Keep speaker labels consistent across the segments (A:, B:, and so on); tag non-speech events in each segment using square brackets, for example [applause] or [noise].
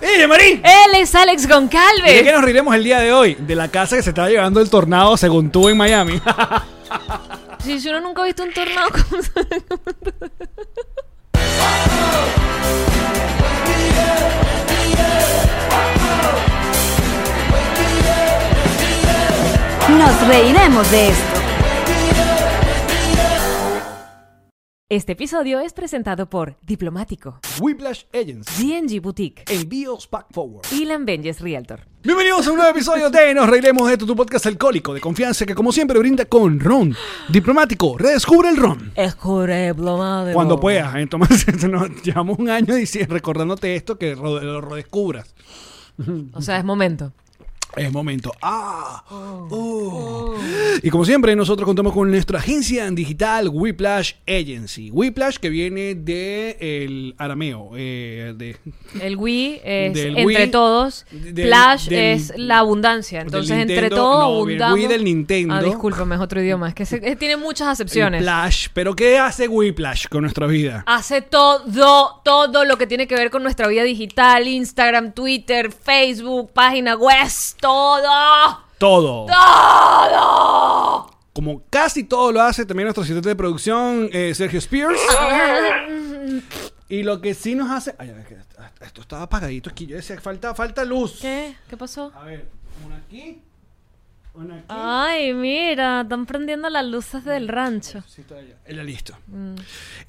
A: ¡Ey, Eh, Marín! Eh.
B: Él es Alex
A: ¿Y ¿De qué
B: Goncalves.
A: nos riremos el día de hoy? De la casa que se estaba llevando el tornado, según tú, en Miami.
B: Si yo nunca he visto un tornado como
C: Nos reiremos de esto.
B: Este episodio es presentado por Diplomático,
A: [laughs] Whiplash Agents.
B: DNG Boutique,
A: Envíos Pack Forward.
B: y Benjes Realtor.
A: Bienvenidos a un nuevo episodio de Nos Reiremos de esto, tu podcast alcohólico de confianza que como siempre brinda con ron. Diplomático, redescubre el ron.
B: Es madre.
A: Cuando puedas, ¿eh? Tomás, [laughs] no, llevamos un año dic- recordándote esto, que ro- lo redescubras.
B: O sea, es momento.
A: Es momento. ¡Ah! Oh. Y como siempre, nosotros contamos con nuestra agencia en digital, Whiplash Agency. Whiplash que viene de el arameo, eh, de,
B: El Wii es
A: Del
B: entre
A: Wii,
B: todos.
A: del-
B: Flash
A: del-
B: es la abundancia. Entonces,
A: del
B: entre
A: Nintendo-
B: todos
A: no, del
B: abundamos.
A: Wii del Nintendo.
B: Ah, discúlpame, es otro idioma. Es que se- eh, tiene muchas acepciones.
A: Whiplash. Pero ¿qué hace Whiplash con nuestra vida?
B: Hace todo, todo lo que tiene que ver con nuestra vida digital, Instagram, Twitter, Facebook, página web, todo.
A: Todo.
B: ¡Todo!
A: Como casi todo lo hace también nuestro asistente de producción, eh, Sergio Spears. Y lo que sí nos hace. Ay, a ver, que esto- esto estaba apagadito aquí. Yo decía, falta, falta luz.
B: [laughs] ¿Qué? ¿Qué pasó?
A: A ver, una aquí. Una aquí.
B: Ay, mira, están prendiendo las luces del rancho.
A: Sí, está allá. Era listo.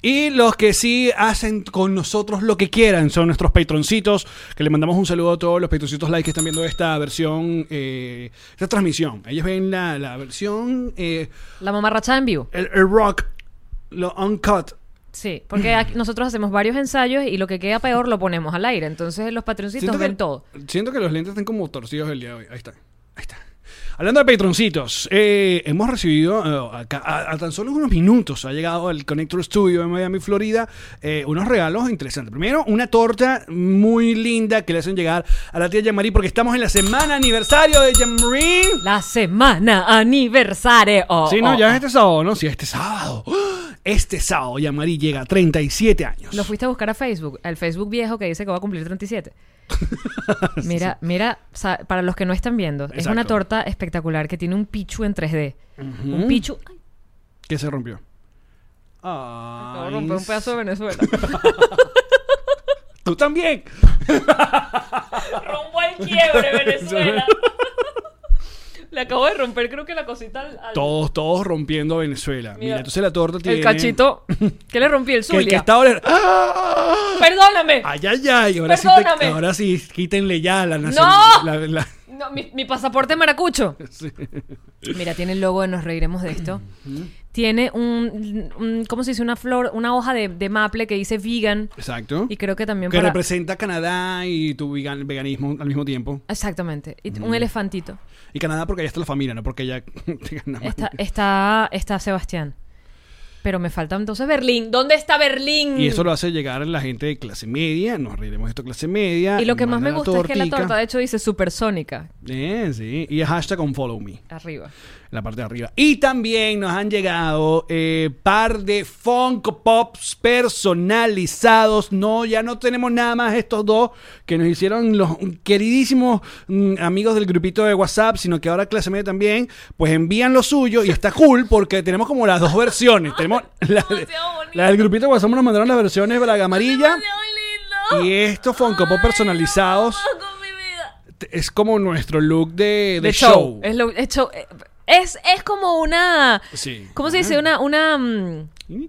A: Y los que sí hacen con nosotros lo que quieran son nuestros patroncitos, que le mandamos un saludo a todos los patroncitos like que están viendo esta versión, eh, esta transmisión. Ellos ven la, la versión, eh,
B: La mamarrachada en vivo.
A: el, el rock, lo uncut.
B: Sí,
A: [clears throat]
B: porque aquí nosotros hacemos varios ensayos y lo que queda peor lo ponemos al aire. Entonces los patroncitos ven
A: que,
B: todo.
A: siento que los lentes están como torcidos el día de hoy. Ahí está. Ahí está. Hablando de patroncitos, eh, hemos recibido eh, acá- a, a tan solo unos minutos, ha llegado al Connector Studio de Miami, Florida, eh, unos regalos interesantes. Primero, una torta muy linda que le hacen llegar a la tía Yamari porque estamos en la semana aniversario de Yamari.
B: La semana aniversario.
A: sí, no,
B: Oh,
A: ya
B: oh.
A: es este sábado, ¿no? Sí, este sábado. [gasps] ¡Ah! Este sábado Yamari llega a 37 años.
B: Lo fuiste a buscar a Facebook, al Facebook viejo que dice que va a cumplir
A: [laughs]
B: 37. Mira, mira, sa- para los que no están viendo, es
A: Exacto.
B: una torta espectacular que tiene un pichu en 3D. Un pichu. Ay,
A: Que se rompió.
B: acabo de
A: Ay,
B: romper un pedazo de Venezuela.
A: [laughs] Tú también.
B: Rompo al
A: [laughs]
B: quiebre, Venezuela. [laughs] Le acabo de romper, creo que la cosita al. al-
A: Todos, todos rompiendo Venezuela. Mira,
B: Mira.
A: entonces la torta tiene.
B: el cachito. ¿Qué le rompí? El
A: Que el que
B: Zulia.
A: está ahora. era- ¡Ah!
B: Perdóname.
A: Ay, ay, ay. Ahora sí, te-
B: Perdóname.
A: ahora sí, quítenle ya la nación.
B: ¡No!
A: la- la-
B: No, mi, mi pasaporte maracucho.
A: sí.
B: Mira, tiene el logo de Nos Reiremos de esto. tiene un, un- ¿Cómo se dice? Una flor, una hoja de, de maple que dice vegan.
A: Exacto.
B: Y creo que también
A: que
B: para-
A: representa Canadá y tu vegan- veganismo al mismo tiempo.
B: Exactamente. Y
A: Mm.
B: Un elefantito.
A: Y Canadá porque allá está la familia, no porque [laughs] allá. nada más.
B: Está, está, está Sebastián. Pero me falta entonces Berlín. ¿Dónde está Berlín?
A: Y eso lo hace llegar la gente de clase media. Nos reiremos de esto, clase media.
B: Y lo que más me
A: mandan la
B: gusta es que la
A: tortica.
B: torta, de hecho, dice supersónica.
A: Eh, sí. Y hashtag con follow me.
B: Arriba.
A: en la parte de arriba. Y también nos han llegado eh, par de Funko Pops personalizados. No, ya no tenemos nada más estos dos que nos hicieron los queridísimos mm, amigos del grupito de WhatsApp, sino que ahora clase media también, pues envían lo suyo y está cool porque tenemos como las dos versiones. tenemos [laughs] la, de-
B: Demasiado bonito.
A: la del grupito de WhatsApp nos mandaron las versiones la amarilla
B: Demasiado lindo.
A: y estos Funko Pop personalizados.
B: Ay, lo amo con mi vida.
A: t- Es como nuestro look de, de
B: De show.
A: show.
B: Es, lo- es show. Es, es como una.
A: Sí.
B: ¿Cómo se dice? Una. una mm,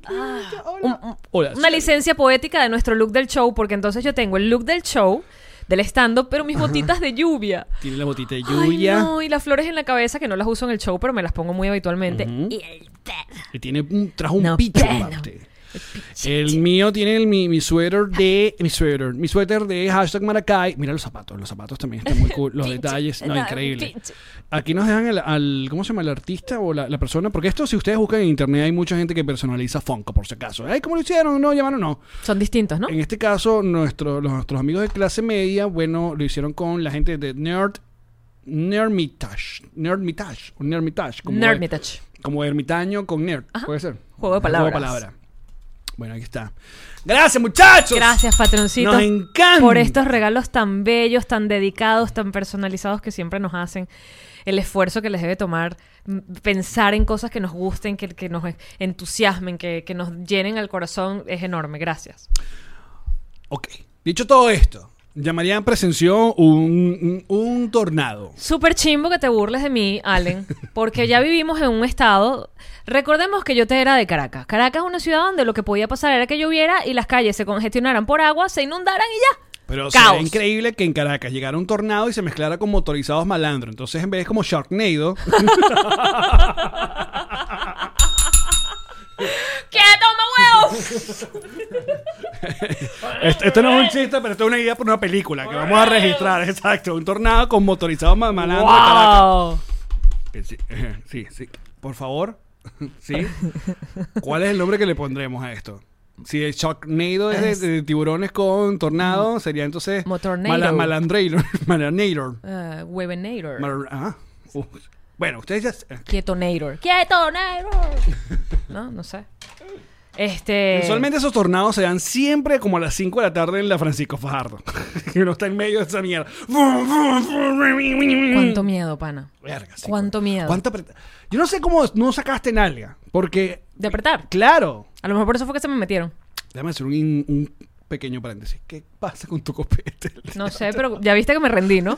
B: Ah, un- un-
A: Hola,
B: una
A: sí.
B: licencia poética de nuestro look del show, porque entonces yo tengo el look del show, del stand-up, pero mis botitas de lluvia.
A: Tiene la botita de [laughs]
B: Ay,
A: lluvia.
B: no, y las flores en la cabeza, que no las uso en el show, pero me las pongo muy habitualmente. Y el perro.
A: Y tiene un, trajo un
B: No,
A: picho
B: pero-
A: aparte. El mío tiene el- mi, mi suéter de. Mi suéter. Mi suéter de hashtag Maracay. Mira los zapatos. Los zapatos también están muy cool.
B: [laughs]
A: Los detalles. No,
B: No,
A: increíble.
B: pinche.
A: Aquí nos dejan el- al. ¿Cómo se llama? El artista o la, la persona. Porque esto, si ustedes buscan en internet, hay mucha gente que personaliza Funko, por si acaso. Ay, ¿cómo lo hicieron? No, llamaron, no.
B: Son distintos, ¿no?
A: En este caso, nuestro- los- nuestros amigos de clase media, bueno, lo hicieron con la gente de Nerd. Nerdmitage. Nerdmitage. O Nerdmitage. como-
B: Nerd Me Touch.
A: como ermitaño con nerd. Puede ser.
B: Juego de palabras.
A: Bueno, aquí está. Gracias, muchachos.
B: Gracias, patroncitos.
A: Nos encanta.
B: Por estos regalos tan bellos, tan dedicados, tan personalizados que siempre nos hacen. El esfuerzo que les debe tomar m- pensar en cosas que nos gusten, que, que nos entusiasmen, que, que nos llenen al corazón, es enorme. Gracias.
A: Ok. Dicho todo esto, llamarían presenció un, un, un tornado.
B: Súper chimbo que te burles de mí, Allen, porque ya vivimos en un estado. Recordemos que yo te era de Caracas. Caracas es una ciudad donde lo que podía pasar era que lloviera y las calles se congestionaran por agua, se inundaran y
A: [laughs]
B: ya.
A: Pero
B: Caos.
A: sería increíble que en Caracas llegara un tornado y se mezclara con motorizados malandros. Entonces, en vez de como Sharknado,
B: ¡Quieto, mamá huevo!
A: esto, esto no es un chiste, pero esto es una idea para una película que vamos a registrar. Exacto, un tornado con motorizados ma- malandros. en Caracas.
B: ¡Wow!
A: Eh, Sí, sí, sí. Por favor. [laughs] Sí. ¿Cuál es el nombre que le pondremos a esto? Si el Sharknado es de, de tiburones con tornado, sería entonces
B: Motornado.
A: Mala- Malandreiro. [laughs] Malandreiro.
B: Eh, Webenator.
A: Mar- ah, uh. Bueno, ustedes ya. eh,
B: Quietonator. ¡Quietonator! [laughs] No, no sé. Este.
A: Usualmente esos tornados se dan siempre como a las 5 de la tarde en la Francisco Fajardo. [laughs] que uno está en medio de esa mierda. mm.
B: ¿Cuánto miedo, pana?
A: Verga, sí,
B: ¿Cuánto
A: coño.
B: miedo?
A: ¿Cuánta apret- Yo no sé cómo no sacaste nalga. Porque,
B: ¿De apretar?
A: claro.
B: A lo mejor por eso fue que se me metieron.
A: Déjame hacer un, un pequeño paréntesis. ¿Qué pasa con tu copete?
B: No sé, pero ya viste que me rendí, ¿no?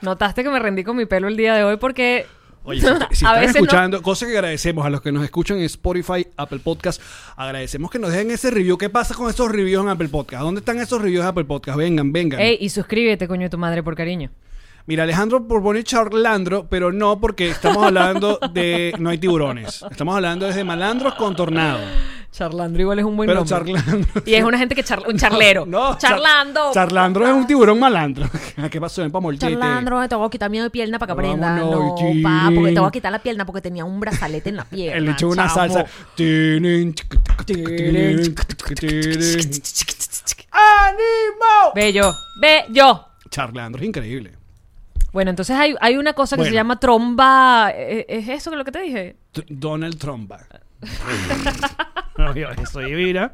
B: Notaste que me rendí con mi pelo el día de hoy porque.
A: [laughs] Oye, si, si [laughs]
B: a
A: están
B: veces no-
A: escuchando, cosa que agradecemos a los que nos escuchan en Spotify, Apple Podcast, agradecemos que nos dejen ese review. ¿Qué pasa con esos reviews en Apple Podcast? ¿Dónde están esos reviews en Apple Podcast? Vengan, vengan.
B: Ey, y suscríbete, coño, de tu madre, por cariño.
A: Mira, Alejandro propone charlandro, pero no porque estamos hablando de no hay tiburones. Estamos hablando desde malandros con tornado.
B: Charlandro igual es un buen
A: Pero
B: nombre.
A: charlandro.
B: Y es una gente que charla, un charlero.
A: [laughs] No, char-
B: [laughs] charlando.
A: charlandro es un tiburón malandro. [laughs] ¿Qué pasó? Ven pa' molchete.
B: Charlandro, te voy a quitar mi pierna para que aprenda.
A: Vámonos,
B: No,
A: Jin.
B: pa, porque te voy a quitar la pierna porque tenía un brazalete
A: [laughs]
B: en la pierna.
A: Él le echó una
B: chamo.
A: salsa. ¡Ánimo!
B: Bello, bello.
A: Charlandro es increíble.
B: Bueno, entonces hay, hay una cosa que
A: Bueno.
B: se llama tromba. ¿e- ¿Es eso que lo que te dije?
A: T- Donald Trumba. Eso divina.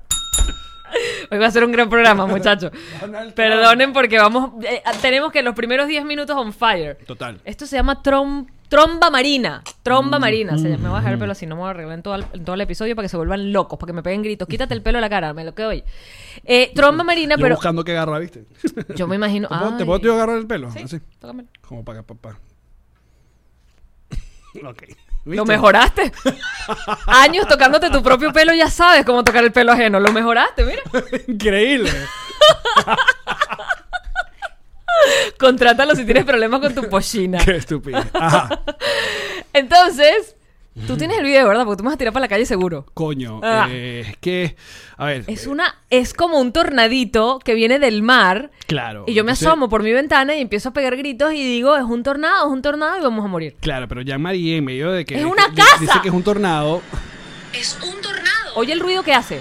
B: Hoy va a ser un gran
A: [laughs]
B: programa, muchachos. Perdonen porque vamos. eh, tenemos que los primeros 10 minutos on fire.
A: Total.
B: Esto se llama trom- tromba marina. Tromba marina. Se llama. Me voy a dejar el pelo así, no me voy a arreglar en todo, el, en todo el episodio para que se vuelvan locos, para que me peguen gritos. Quítate el pelo a la cara, me lo quedo ahí. Eh, tromba marina,
A: Yo
B: pero
A: buscando que agarra, ¿viste? ¿Te
B: yo me imagino.
A: puedo, te
B: ay.
A: puedo yo agarrar el pelo?
B: Sí,
A: Así.
B: tócamelo.
A: Como para papá. [laughs] ok.
B: Lo
A: ¿Viste?
B: mejoraste. Años tocándote tu propio pelo, ya sabes cómo tocar el pelo ajeno. Lo mejoraste, mira.
A: [laughs] Increíble.
B: Contrátalo
A: [laughs]
B: si tienes problemas con tu pochina.
A: Qué estúpido. Ajá.
B: Entonces, tú tienes el video, ¿verdad? Porque tú me vas a tirar para la calle seguro.
A: Coño.
B: Ah.
A: eh, es que. A ver.
B: Es una, es como un tornadito que viene del mar.
A: Claro.
B: Y yo me
A: Entonces-
B: asomo por mi ventana y empiezo a pegar gritos y digo, es un tornado, es un tornado y vamos a morir.
A: Claro, pero ya María en medio de que.
B: ¡Es una
A: di-
B: casa!
A: Dice que es un tornado.
B: Oye el ruido que hace.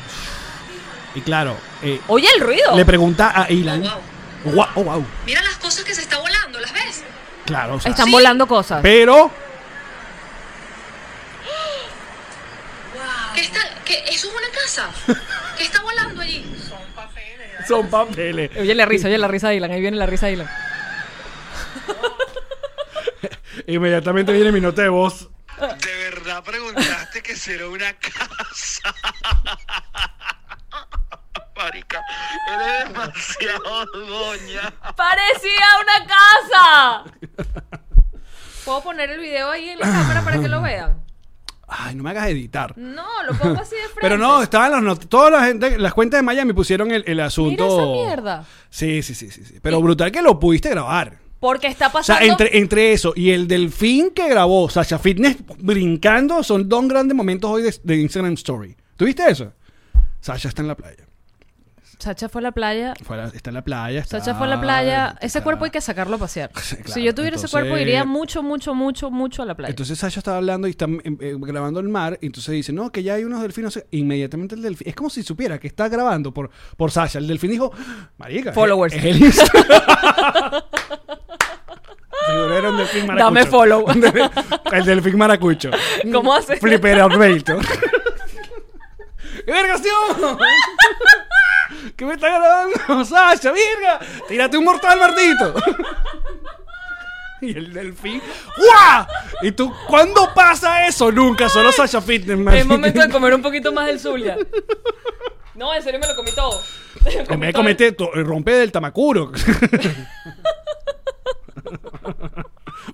A: Y claro, eh,
B: Oye el ruido.
A: le pregunta a Ilan.
D: Oh,
A: Guau, oh, wow.
D: Mira las cosas que se está volando, ¿las ves?
A: Claro, o sea,
B: Están volando cosas.
A: Pero.
D: ¿Qué está, que eso es una casa. ¿Qué está volando allí?
A: Son papeles.
B: Oye la risa, oye la risa de Dylan. Ahí viene la risa de Dylan.
A: Inmediatamente viene mi nota de voz.
E: De verdad preguntaste que si era una casa. [laughs] Marica, eres demasiado doña.
B: ¡Parecía una casa!
A: [laughs]
B: ¿Puedo poner el video ahí en la cámara para que lo vean?
A: Ay, no me hagas editar.
B: No, lo pongo así de frente.
A: [laughs] Pero no, estaban los not- todas las gente, las cuentas de Miami pusieron el, el asunto.
B: Mira esa mierda. Eh.
A: Sí, sí, sí, sí, sí. Pero brutal que lo pudiste grabar.
B: Porque está
A: O sea,
B: pasando...
A: entre, entre eso y el delfín que grabó Sasha Fitness brincando, son dos grandes momentos hoy de, de Instagram Story. ¿Tuviste eso? Sasha está en la playa.
B: Sacha fue a la playa.
A: Fue a la- está en la playa. está-
B: Sacha fue a la playa. Ese
A: está-
B: cuerpo hay que sacarlo
A: [laughs]
B: a pasear.
A: claro,
B: si yo tuviera ese
A: entonces-
B: cuerpo, iría mucho, mucho, mucho, mucho a la playa.
A: Entonces Sasha estaba hablando y están em, eh, grabando el mar. Y entonces dice, no, que ya hay unos delfines. no sé qué. Inmediatamente el delfín. Es como si supiera que está grabando por, por Sasha. El delfín dijo, marica. es-
B: Followers.
A: es el
B: [laughs]
A: Instagram". Seguro era un delfín maracucho. [laughs]
B: Dame follow.
A: el delfín maracucho.
B: [laughs] ¿Cómo hace?
A: Flipper ¡Vergación! ¿Qué me está grabando, [laughs] Sasha? ¡Virga! ¡Tírate un mortal, Martito! [laughs] Y el delfín. ¡Guau! ¿Y tú cuándo pasa eso? Nunca, solo Sasha Fitness,
B: Es
A: Martito.
B: momento de comer un poquito más del Zulia. No, en serio me lo comí todo. [laughs]
A: En vez de
B: todo.
A: comerte, to- eh, rompe del tamacuro. [laughs]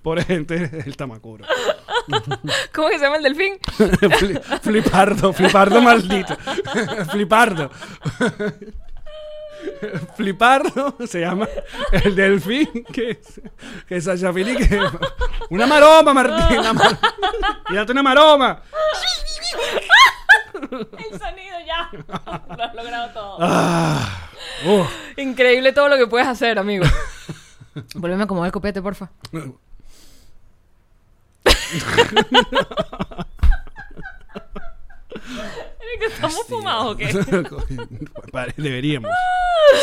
A: Pobre gente del tamacuro.
B: ¿Cómo que se llama
A: [laughs]
B: el delfín?
A: Fli- flipardo, flipardo maldito. flipardo. flipardo se llama el delfín que es, que es Sasha Fili, que- una maroma, Martín. una mar- Tírate una maroma.
B: El sonido ya. [laughs] Lo has logrado todo.
A: Ah, uf.
B: Increíble todo lo que puedes hacer, [laughs] amigo. Vuelveme a acomodar el copete, [laughs] porfa. Miren que estamos fumados,
A: [laughs]
B: ¿o qué?
A: Pare- deberíamos.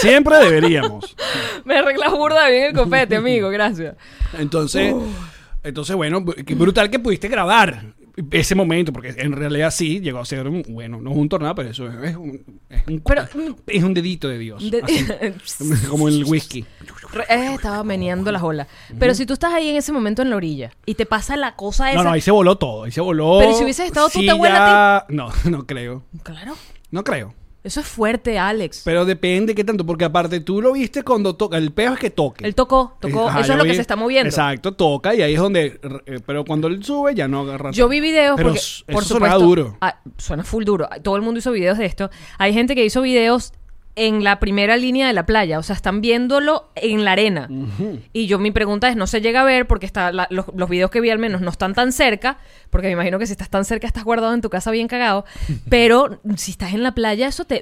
A: Siempre deberíamos.
B: Me arreglas burda bien el copete, amigo, gracias.
A: Entonces, entonces bueno, bu- qué brutal que pudiste grabar ese momento, porque en realidad sí llegó a ser un, bueno, no es un tornado, pero eso es un, es un,
B: Pero-
A: es un dedito de Dios.
B: De- [laughs]
A: así, [laughs] como el whisky.
B: Re- eh, estaba meneando las olas. Pero si tú estás ahí en ese momento en la orilla y te pasa la cosa esa.
A: No, no, ahí se voló todo, ahí se voló.
B: Pero si hubieses estado tú, te
A: silla-
B: vuela
A: No, [laughs] no creo.
B: Claro.
A: No creo.
B: Eso es fuerte, Alex.
A: Pero depende qué tanto, porque aparte tú lo viste cuando toca, el peo es que toque.
B: Él tocó, tocó.
A: Eh, Ajá,
B: eso
A: yo
B: es lo que
A: vi-
B: se está moviendo.
A: Exacto, toca y ahí es donde. eh, Pero cuando él sube ya no agarra.
B: Yo vi videos
A: Pero
B: porque,
A: s-
B: por
A: eso
B: supuesto,
A: sonaba duro.
B: ah, suena full duro. Todo el mundo hizo videos de esto. Hay gente que hizo videos en la primera línea de la playa, o sea, están viéndolo en la arena. Y yo mi pregunta es, no se llega a ver porque está la- los, los videos que vi al menos no están tan cerca, porque me imagino que si estás tan cerca estás guardado en tu casa
A: [laughs]
B: bien cagado, pero si estás en la playa eso te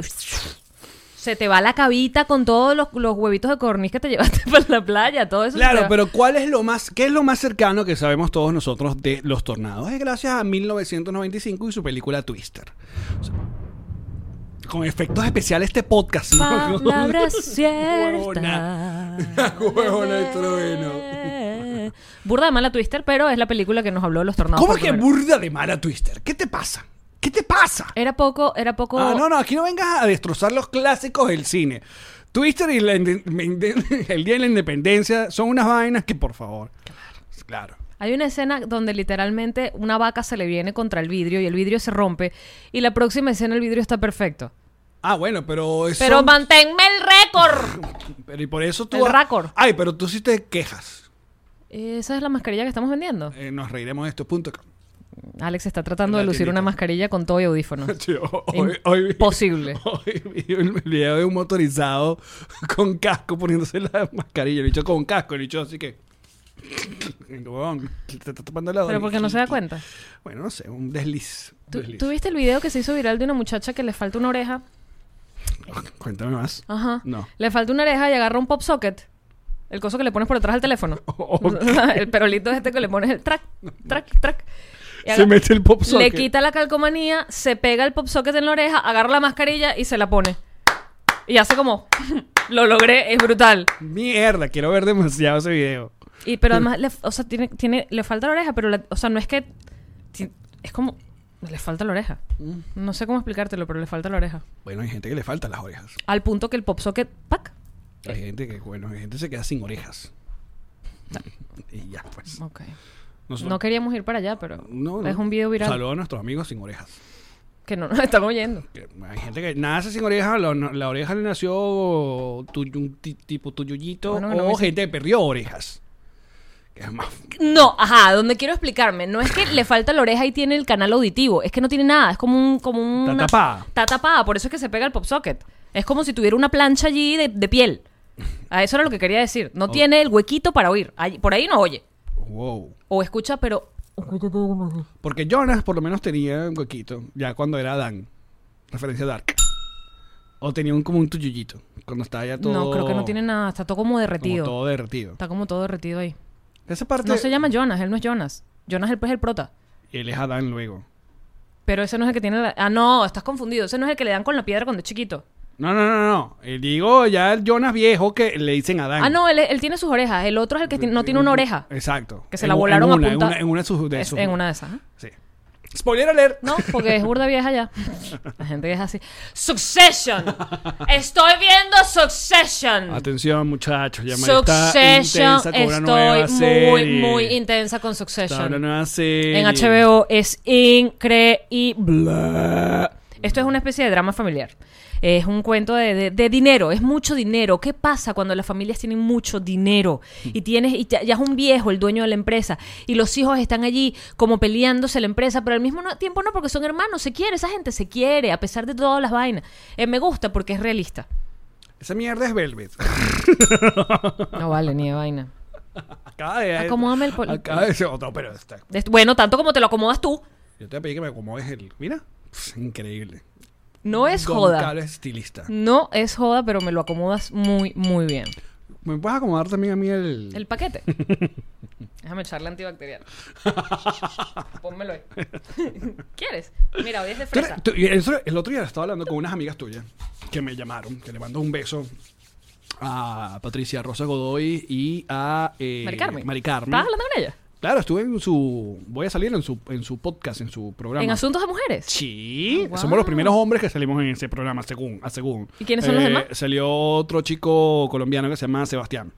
B: se te va la cabita con todos los, los huevitos de corniz que te [laughs] llevaste para la playa, todo eso. se te
A: [laughs] Claro,
B: va.
A: pero ¿cuál es lo más, qué es lo más cercano que sabemos todos nosotros de los tornados? Es gracias a 1995 y su película Twister. O sea, con efectos especiales este podcast. [laughs] ¿no?
B: Palabras
A: Huevona. [laughs]
B: ciertas.
A: Huevona de trueno.
B: [laughs] Burda de mala Twister, pero es la película que nos habló de los tornados.
A: ¿Cómo
B: por
A: que
B: primera vez.
A: burda de mala Twister? ¿Qué te pasa? ¿Qué te pasa?
B: Era poco, era poco.
A: Ah, no, no, aquí no vengas a destrozar los clásicos del cine. Twister y la inde- me inde- [laughs] el Día de la Independencia son unas vainas que, por favor. Claro.
B: Hay una escena donde literalmente una vaca se le viene contra el vidrio y el vidrio se rompe. Y la próxima escena el vidrio está perfecto.
A: Ah, bueno, pero eso.
B: Pero manténme el récord.
A: pero y por eso tú.
B: El
A: ha-
B: récord.
A: Ay, pero tú sí te quejas.
B: Esa es la mascarilla que estamos vendiendo.
A: Eh, nos reiremos de [laughs] esto.com.
B: Alex está tratando
A: La
B: de lucir una
A: tiendita.
B: mascarilla con todo
A: [laughs]
B: y audífonos. Imposible.
A: Imposible. Hoy vi el video de un motorizado [laughs] con casco poniéndose la mascarilla. El bicho con casco, el bicho así que. [laughs] Huevón, te está tapando el lado.
B: Pero porque no se da cuenta.
A: Bueno, no sé, un desliz. un
B: ¿Tú,
A: desliz.
B: tú viste el video que se hizo viral de una muchacha que le falta una oreja?
A: [laughs] Cuéntame más.
B: Ajá. [laughs]
A: No. [laughs]
B: Le falta una oreja y agarra un pop socket. El coso que le pones por detrás al teléfono.
A: [laughs] Ok.
B: [laughs] el perolito este que le pones el track, track, track. Y
A: Se
B: agarra-
A: mete el pop
B: Le
A: socket.
B: quita la calcomanía, se pega el pop socket en la oreja, agarra la mascarilla y se la pone. Y hace como, [laughs] lo logré, es brutal.
A: Mierda, quiero ver demasiado ese video.
B: Y pero además, le, o sea, tiene, tiene, le falta la oreja, pero, la- o sea, no es que, ti- es como, le falta la oreja.
A: Mm.
B: No sé cómo explicártelo, pero le falta la oreja.
A: Bueno, hay gente que le faltan las orejas.
B: Al punto que el pop socket, pac.
A: Hay gente que, bueno, hay gente que se queda sin orejas. Y ya, pues.
B: Ok.
A: Nosotros-
B: No queríamos ir para allá, pero
A: No, no.
B: es un video viral
A: Saludos a nuestros amigos sin orejas.
B: que no nos [laughs] están oyendo.
A: Que Hay gente que nace sin oreja, la, la oreja le nació tuyo- un ti- tipo tuyullito
B: Bueno, no
A: o
B: me sé.
A: gente que perdió orejas. Que es más.
B: No, ajá, donde quiero explicarme, no es que le falta la oreja y tiene el canal auditivo, es que no tiene nada, es como un... Como
A: Está
B: una-
A: tapada.
B: Está tapada, por eso es que se pega el pop socket. Es como si tuviera una plancha allí de, de piel. A eso era lo que quería decir.
A: Oh.
B: No tiene el huequito para oír. Ahí- por ahí no oye.
A: Wow.
B: O escucha, pero...
A: Porque Jonas por lo menos tenía un huequito, ya cuando era Dan. Referencia a Dark. O tenía un, como un tuyullito, cuando estaba ya todo.
B: No, creo que no tiene nada. Está todo como
A: como
B: derretido.
A: todo Este derretido.
B: Está como todo derretido ahí.
A: Esa parte.
B: No se llama Jonas, él no es Jonas. Jonas el es el prota.
A: Él es Adán luego.
B: Pero ese no es el que tiene la... Ah, no, estás confundido. Ese no es el que le dan con la piedra cuando es chiquito.
A: No, no, no, no. Eh, digo ya el Jonas viejo que le dicen Adán.
B: Ah, no, él, él tiene sus orejas. El otro es el que ti- no tiene una oreja.
A: Exacto.
B: Que se
A: En
B: la
A: u- en
B: volaron a
A: una, en
B: punta-
A: una, en una de sus- de
B: Es-
A: sus-
B: en una de esas. ¿eh?
A: Sí. Spoiler alert.
B: No, porque es burda
A: [laughs]
B: vieja ya. La gente que es así. Succession. Estoy viendo Succession.
A: Atención, muchachos. Ya Mari Ah, está
B: Succession.
A: intensa con una nueva
B: Estoy muy,
A: serie.
B: muy intensa con
A: Está una
B: Succession.
A: nueva serie.
B: En HBO es increíble. Esto es una especie de drama familiar. Es un cuento de, de- de dinero, es mucho dinero. ¿Qué pasa cuando las familias tienen mucho dinero? Y tienes y ya, ya es un viejo el dueño de la empresa y los hijos están allí como peleándose la empresa, pero al mismo no- tiempo no porque son hermanos, se quiere, esa gente se quiere a pesar de todas las vainas. Eh, me gusta porque es realista.
A: Esa mierda es Velvet.
B: [laughs]
A: [laughs]
B: No vale ni de vaina.
A: Acaba de.
B: Acomódame el pol-
A: Acaba de ser otro, pero está.
B: Es- Bueno, tanto como te lo acomodas tú,
A: Yo te voy a pedir que me acomodes el. Mira. Pff, increíble.
B: no es
A: Don
B: joda.
A: Cable estilista.
B: No es joda, pero me lo acomodas muy, muy bien.
A: ¿Me puedes acomodar también a mí el.
B: El paquete. Déjame echarle antibacterial. Pónmelo ahí. ¿Quieres? Mira, hoy es de
A: Tú
B: fresa.
A: eres- tú- y eso- el otro día estaba hablando con unas amigas tuyas que me llamaron, que le mando un beso a Patricia Rosa Godoy y a eh,
B: Mari Carmen.
A: Mari Carmen.
B: ¿Estabas hablando con ella?
A: Claro, estuve en su. Voy a salir en su, en su podcast, en su programa.
B: ¿En asuntos de mujeres?
A: Sí,
B: Ah, guau.
A: somos los primeros hombres que salimos en ese programa, según. A según. Eh,
B: ¿Y quiénes son los demás?
A: Salió otro chico colombiano que se llama Sebastián.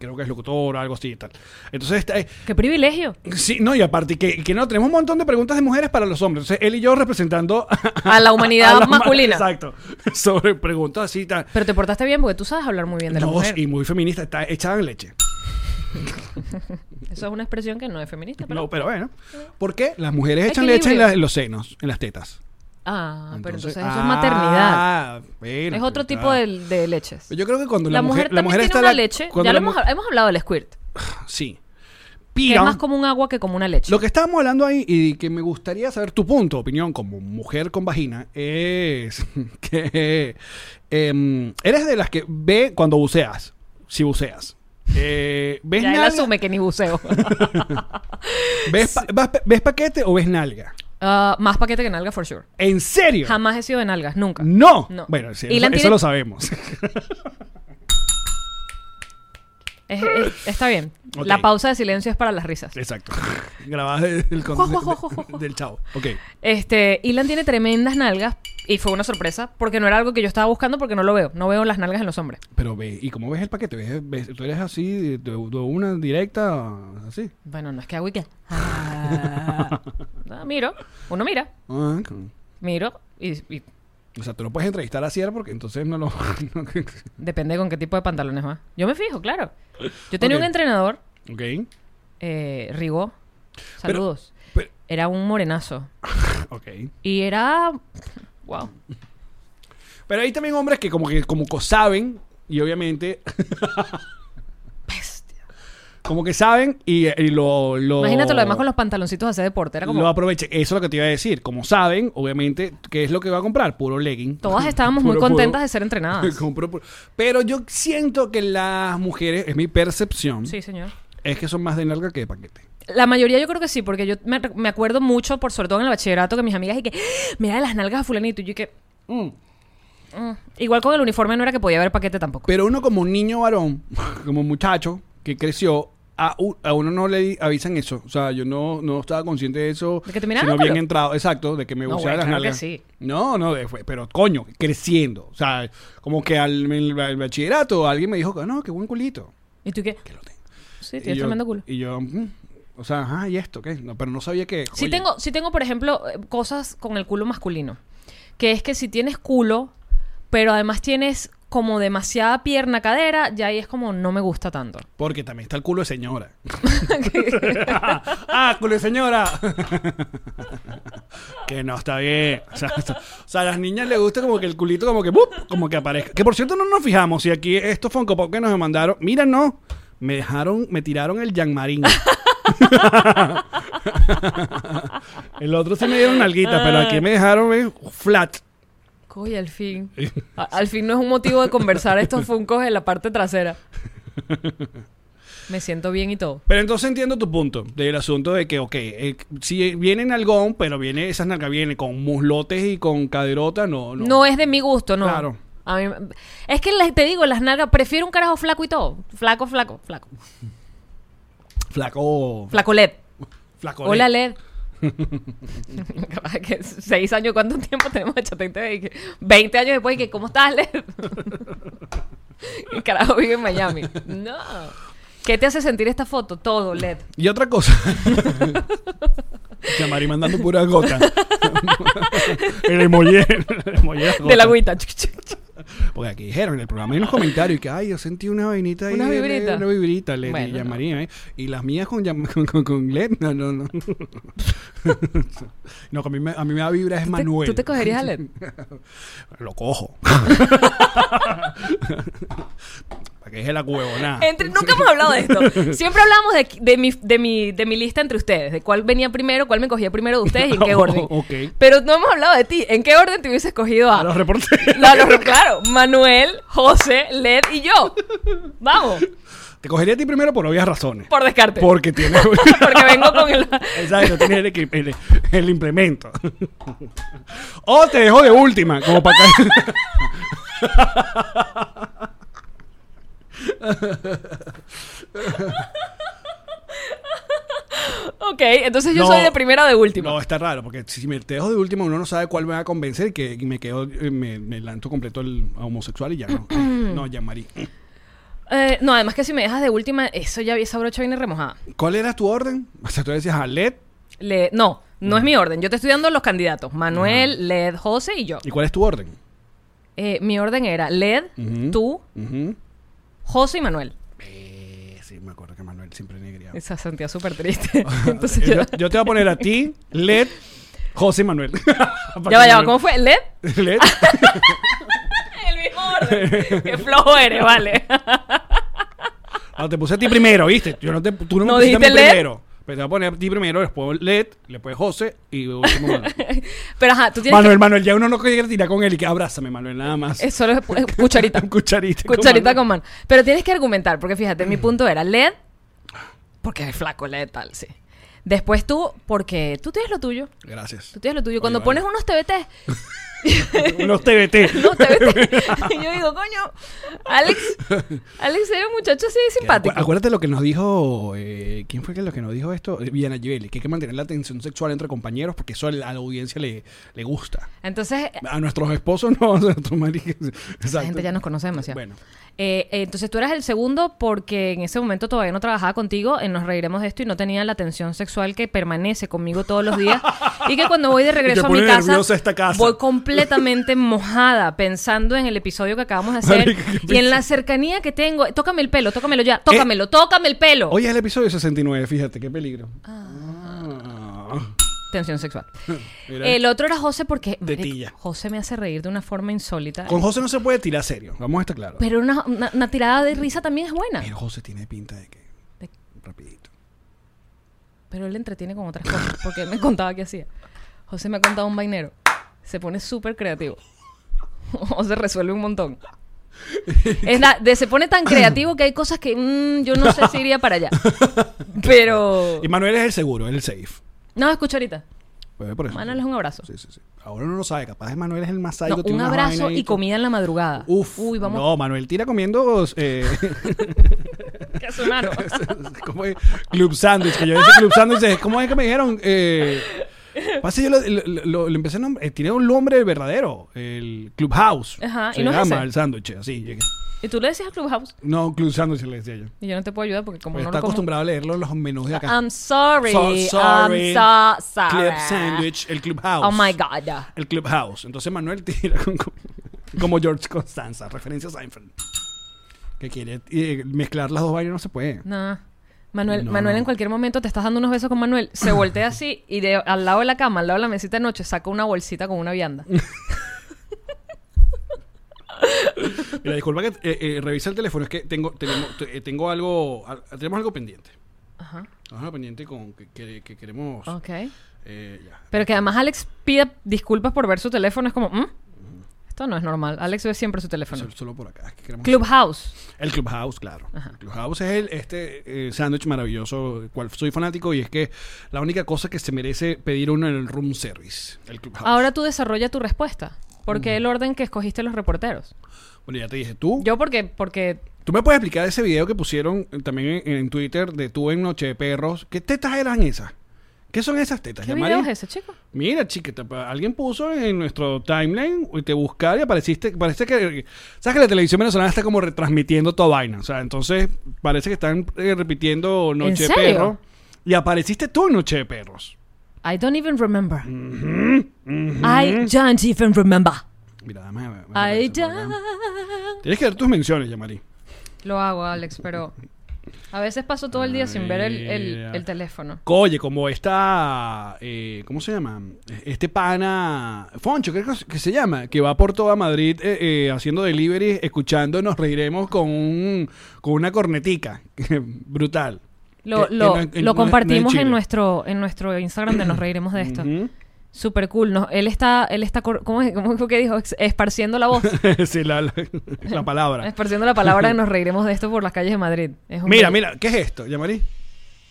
A: Creo que es locutor o algo así y tal. Entonces, está, eh, [laughs]
B: ¡Qué privilegio!
A: sí, no, y aparte, que, que no, tenemos un montón de preguntas de mujeres para los hombres. Entonces, él y yo representando
B: A la humanidad
A: a la ma-
B: masculina.
A: Exacto. [laughs] Sobre preguntas así y tal.
B: Pero te portaste bien porque tú sabes hablar muy bien de la
A: No,
B: mujer.
A: y muy feminista, está echada en leche.
B: Eso es una expresión que no es feminista, pero...
A: No, pero bueno. ¿Por qué? Las mujeres echan
B: Equilibrio.
A: leche en, la- en los senos, en las tetas.
B: Ah, pero entonces, eso
A: ah,
B: es maternidad.
A: bueno,
B: Es otro
A: pues,
B: tipo
A: ah.
B: de, de leches.
A: Yo creo que cuando pues la,
B: la mujer,
A: la
B: también
A: mujer
B: tiene
A: está
B: una
A: la-
B: leche.
A: cuando
B: Ya
A: la
B: lo hemos,
A: mu-
B: hemos hablado del squirt.
A: Sí.
B: Que
A: Pira,
B: es más como un agua que como una leche.
A: lo que estábamos hablando ahí y que me gustaría saber tu punto, de opinión como mujer con vagina es [laughs] que em, eres de las que ve cuando buceas, si buceas. Eh, ¿Ves
B: ya él
A: nalga?
B: asume que ni
A: [laughs]
B: buceo.
A: ¿Ves, pa- vas- ves paquete o ves nalga?
B: Ah, más paquete que nalga, for sure.
A: ¿En serio?
B: Jamás he sido de nalgas, nunca.
A: No.
B: No.
A: Bueno, sí, eso,
B: Ilan
A: eso
B: tiene-
A: lo sabemos. [laughs]
B: Es- es- está bien.
A: Ok.
B: La pausa de silencio es para las risas.
A: Exacto. Grabás el
B: Juá, juá, juá, juá, juá.
A: del chavo. Ok.
B: Este, Ilan tiene tremendas nalgas y fue una sorpresa porque no era algo que yo estaba buscando porque no lo veo. No veo las nalgas en los hombres.
A: Pero ve, ¿y cómo ves el paquete? ¿Ves, ves- tú eres así, de, de una directa, así?
B: Bueno, no es que hago y que. Ah. [laughs] No, miro, uno mira,
A: Ah, con-
B: miro y, y
A: O sea, tú no puedes entrevistar a Sierra porque entonces no lo... [laughs] no-
B: depende con qué tipo de pantalones va. Yo me fijo, claro. Yo tenía
A: Ok.
B: un entrenador,
A: ok.
B: eh, Rigo,
A: Pero-
B: saludos.
A: pero-
B: era un morenazo
A: ok.
B: y era. Wow.
A: Pero hay también hombres que como que como co- saben y obviamente
B: [laughs] Bestia.
A: como que saben y, y lo, lo...
B: Imagínate lo demás con los pantaloncitos de hacer deporte. Era como.
A: Lo aprovechen. Eso es lo que te iba a decir. Como saben, obviamente, ¿qué es lo que va a comprar? Puro legging.
B: Todas
A: [laughs]
B: estábamos muy contentas de ser entrenadas.
A: Compró puro- Pero yo siento que las mujeres, es mi percepción,
B: Sí, señor.
A: es que son más de nalga que de paquete.
B: La mayoría yo creo que sí, porque yo me, rec- me acuerdo mucho, por sobre todo en el bachillerato, que mis amigas y que, "Ah, mira las nalgas a fulanito. Y yo y que,
A: Mm.
B: "Mm". igual con el uniforme no era que podía haber paquete tampoco.
A: Pero uno como niño varón, [laughs] como muchacho que creció, a, u- a uno no le di- avisan eso. O sea, yo no, no estaba consciente de eso.
B: De que te miraban,
A: sino bien
B: Pablo.
A: entrado, exacto, de que me
B: No,
A: gustaban
B: güey,
A: las
B: claro que
A: nalgas.
B: sí.
A: No, no, de- fue- pero coño, creciendo. O sea, como que al, el- al bachillerato alguien me dijo, que, no, qué buen culito.
B: Y tú y que,
A: Que lo tengo.
B: sí,
A: y
B: tienes
A: yo,
B: tremendo culo.
A: Y yo, mm, o sea, ajá, ¿y esto qué? No, pero no sabía que...
B: Sí
A: oye,
B: tengo, sí tengo, por ejemplo, eh, cosas con el culo masculino. Que es que si tienes culo, pero además tienes como demasiada pierna, cadera, ya ahí es como no me
A: [laughs]
B: gusta tanto. [laughs]
A: Porque también está el culo de señora. [laughs] ah, culo de señora. [laughs] que no está bien. O sea, está- o sea, a las niñas les gusta como que el culito como que ¡bup! como que aparezca. Que por cierto no nos fijamos si aquí estos Funko Pop que nos mandaron, mira no, me dejaron, me tiraron el Jean Marín. [laughs] el otro sí me dieron nalguita, pero aquí me dejaron eh, flat.
B: Coy, al
A: [laughs]
B: fin. A- al fin no es un motivo de conversar estos funcos en la parte
A: [laughs]
B: trasera. Me siento bien y todo.
A: Pero entonces entiendo tu punto del asunto de que, ok, eh, si viene nalgón, pero viene esas nalgas, viene con muslotes y con caderotas, no, no.
B: No, es de mi gusto, no.
A: Claro.
B: A mí, es que les- te digo, las nalgas, prefiero un carajo flaco y todo. Flaco, flaco, flaco.
A: Flaco.
B: Flaco LED.
A: Flaco. [laughs]
B: Hola LED. Capaz que seis años, ¿cuánto tiempo tenemos de Chatén TV? Y que 20 años después, y que ¿cómo estás, Led? [laughs] El carajo vive en Miami. No. ¿Qué te hace sentir esta foto? Todo, Led.
A: Y otra cosa. [laughs] Chamari mandando pura [laughs] gota. el emoji. el emoji de la
B: De la
A: gota.
B: agüita.
A: Porque aquí dijeron en el programa hay unos comentarios que, ay, yo sentí una vainita ahí.
B: Una
A: de
B: vibrita.
A: Led, Una vibrita, Led
B: Bueno,
A: y
B: no.
A: Yamarín, ¿eh? Y las mías con, Yam- con, con, con Led, no, no, no. [laughs] no, que a mí me, a mí me da vibra es
B: ¿Tú te-
A: Manuel.
B: ¿Tú te cogerías a Led?
A: [laughs] Lo cojo. [laughs] Para que deje la huevonada.
B: [laughs] Entre- nunca hemos hablado de esto. Siempre hablamos de, de mi, de, mi, de mi lista entre ustedes, de cuál venía primero, cuál me cogía primero de ustedes y en qué
A: [laughs]
B: orden.
A: Ok.
B: Pero no hemos hablado de ti. ¿En qué orden te hubieses cogido a?
A: A los reporteros.
B: No, no, no, claro, Manuel, José, Led y yo. Vamos,
A: Te cogería a ti primero por obvias razones.
B: por descarte.
A: Porque tienes.
B: [laughs] Porque vengo con el...
A: Exacto, tienes el, equi- el- el implemento. [laughs] o te dejo de última, como para
B: [laughs]
A: que.
B: Ok, entonces yo
A: No.
B: soy de primera o de última.
A: No, está raro, porque si me te dejo de última, uno no sabe cuál me va a convencer y que y me quedo, eh, me, me lanzo completo el a homosexual y ya
B: [clears throat]
A: no. no, ya Marí.
B: Eh, no, además que si me dejas de última, eso ya, esa brocha viene remojada.
A: ¿Cuál era tu orden? O sea, tú decías a Led.
B: Le- no, no es mi orden. Yo te estoy dando los candidatos. Manuel, Led, José y yo.
A: ¿Y cuál es tu orden?
B: Eh, mi orden era Led,
A: Ujú.
B: tú,
A: Ujú.
B: José y Manuel.
A: Eh, sí, me acuerdo que Manuel siempre negría.
B: Esa sentía súper triste.
A: [laughs]
B: Entonces yo...
A: Eh, yo, yo te voy a poner a ti, Led, José y Manuel. [laughs]
B: Ya va, ya va, ¿cómo fue? ¿Led?
A: Led.
B: El mismo
A: [laughs]
B: orden. Qué flojo eres, vale.
A: No, Ah, te puse a ti primero, ¿viste? Yo no te, tú no,
B: No
A: me pusiste a mí
B: dijiste LED.
A: primero. Pero te voy a poner a ti primero, después Led, después José y último
B: [laughs]
A: Manuel.
B: Pero ajá, tú tienes
A: Manuel, Manuel, ya uno no quiere tirar con él y que abrázame, Manuel, nada más.
B: que... Eh, Solo es eh, cucharita.
A: Cucharita. [laughs] con
B: Cucharita
A: Manuel. Mm.
B: con mano. Pero tienes que argumentar, porque fíjate, mi punto era LED, porque es flaco LED tal, sí. Después tú, porque tú tienes lo tuyo.
A: Gracias.
B: Tú tienes lo tuyo.
A: Oye,
B: Cuando
A: vale.
B: pones unos TBT,
A: unos
B: [laughs]
A: TBT. [laughs]
B: unos TBT, [laughs] y yo digo, coño, Alex, Alex era un muchacho así simpático.
A: Acu- Acuérdate lo que nos dijo. eh, ¿Quién fue que lo que nos dijo esto? Eh, Viana Givelli, que hay que mantener la tensión sexual entre compañeros porque eso a la a la audiencia le, le gusta.
B: Entonces,
A: A nuestros esposos no, [laughs] a nuestros maridos.
B: esa gente ya nos conoce demasiado.
A: Bueno.
B: Eh, eh, entonces tú eras el segundo porque en ese momento todavía no trabajaba contigo, en Nos Reiremos de esto y no tenía la tensión sexual que permanece conmigo todos los días. y que
A: [laughs]
B: cuando voy de regreso a mi
A: pone
B: casa,
A: nerviosa esta casa.
B: voy completamente mojada pensando en el episodio que acabamos de hacer
A: Marica, qué Eh,
B: y en
A: picha.
B: la cercanía que tengo. Tócame el pelo, tócamelo ya, tócamelo, tócame el pelo.
A: Hoy es el episodio 69, fíjate, qué peligro. Ah.
B: Tensión sexual.
A: [laughs] Mira.
B: El otro era José porque marico,
A: Tetilla.
B: José me hace reír de una forma insólita.
A: Con José no se puede tirar serio, vamos a estar claros.
B: Pero una, una- una tirada de risa también es buena.
A: Pero José tiene pinta de que.
B: De-
A: Rapidito.
B: Pero él le entretiene con otras cosas, porque él me contaba que hacía. José me ha contado un vainero. Se pone súper creativo. [laughs] José resuelve un montón. Es la- de- se pone tan creativo que hay cosas que mm, yo no sé si iría para allá. Pero...
A: Y Manuel es el seguro, es el safe.
B: No, escucha ahorita.
A: Pues, por eso.
B: Manuel es un abrazo.
A: Sí, sí, sí. Ahora uno no sabe, capaz Manuel es el más
B: No,
A: sádico. tiene
B: un
A: una
B: abrazo
A: vaina ahí
B: y
A: que-
B: comida en la madrugada.
A: Uf,
B: Uy, vamos
A: No, Manuel tira comiendo. Eh, [laughs]
B: a sonar.
A: ¿Cómo es? Club Sandwich. Que yo decía Club Sandwich. eh, ¿Cómo es que me dijeron? Eh, pasa yo lo, lo- lo- lo empecé a nombrar. eh, tiré un nombre verdadero. El Clubhouse.
B: Ajá,
A: Se
B: ¿y no es
A: llama
B: ese?
A: el sándwich. Así. llegué.
B: Y tú le decías al Clubhouse.
A: No, Club Sandwich le decía yo.
B: Y yo no te puedo ayudar porque como
A: Pues
B: no
A: está
B: lo como...
A: acostumbrado a leerlo en los menús de acá.
B: I'm sorry.
A: So- sorry.
B: I'm so sorry.
A: Club Sandwich, el Clubhouse.
B: Ah. Oh my God.
A: El Clubhouse. Entonces Manuel tira con- con- como George Constanza, referencia a Seinfeld. Que quiere eh, mezclar las dos vainas, no se puede.
B: No. Manuel,
A: No,
B: Manuel
A: no.
B: en cualquier momento te estás dando unos besos con Manuel, se voltea así y de, al lado de la cama, al lado de la mesita de noche, saca una bolsita con una vianda.
A: [laughs] Mira, disculpa que eh, eh, revisa el teléfono, es que tengo, tenemos, te- eh, tengo algo, al- tenemos algo pendiente.
B: Ajá.
A: Tenemos algo pendiente con que, que- que queremos.
B: Ok.
A: eh, ya.
B: Pero que además Alex pida disculpas por ver su teléfono, es como, "Mm, esto no es normal. Alex ve siempre su teléfono.
A: Sol- Solo por acá. es que queremos-
B: Clubhouse.
A: El Clubhouse, claro. El Clubhouse es el, este eh, sándwich maravilloso del cual soy fanático y es que la única cosa que se merece pedir uno en el room service. El Clubhouse.
B: Ahora tú desarrolla tu respuesta.
A: Mm.
B: Porque el orden que escogiste los reporteros.
A: Bueno, ya te dije, tú.
B: Yo porque, porque
A: Tú me puedes explicar ese video que pusieron eh, también en, en Twitter de tú en Noche de Perros. ¿Qué tetas eran esas? ¿Qué son esas tetas?
B: ¿Qué
A: Yamari?
B: video es ese, chico?
A: Mira, chica, te- alguien puso en nuestro timeline y te buscar y apareciste. Parece que. ¿Sabes que la televisión venezolana está como retransmitiendo toda vaina? O sea, entonces parece que están eh, repitiendo Noche de
B: serio?
A: Perro. Y apareciste tú en Noche de Perros.
B: I don't even remember.
A: Mm.
B: I don't even remember.
A: Mira, dame. dame- dame-
B: I
A: dame- Tienes que dar tus menciones, Yamari.
B: Lo hago, Alex, pero a veces paso todo el día sin ver el, el-
A: Mira.
B: el teléfono.
A: Oye, como esta. eh, ¿Cómo se llama? Este pana. Foncho, creo que- que se llama. Que va por toda Madrid eh, eh, haciendo delivery, escuchando Nos Reiremos con, un, con una cornetica. [laughs] Brutal.
B: Lo,
A: Que- que
B: lo-
A: no es- no
B: lo
A: es- no es
B: compartimos
A: Chile.
B: en nuestro en nuestro Instagram de
A: [coughs]
B: Nos Reiremos de esto.
A: Ujú. [laughs]
B: Super cool. No, él está, él está cor- ¿cómo, es- cómo fue que dijo? Ex-
A: [laughs]
B: Esparciendo la voz.
A: sí, la, la- la palabra.
B: Esparciendo
A: [laughs]
B: la palabra de Nos Reiremos de esto por las calles de Madrid. Es un
A: Mira,
B: bello-
A: mira, ¿qué es esto, Yamari?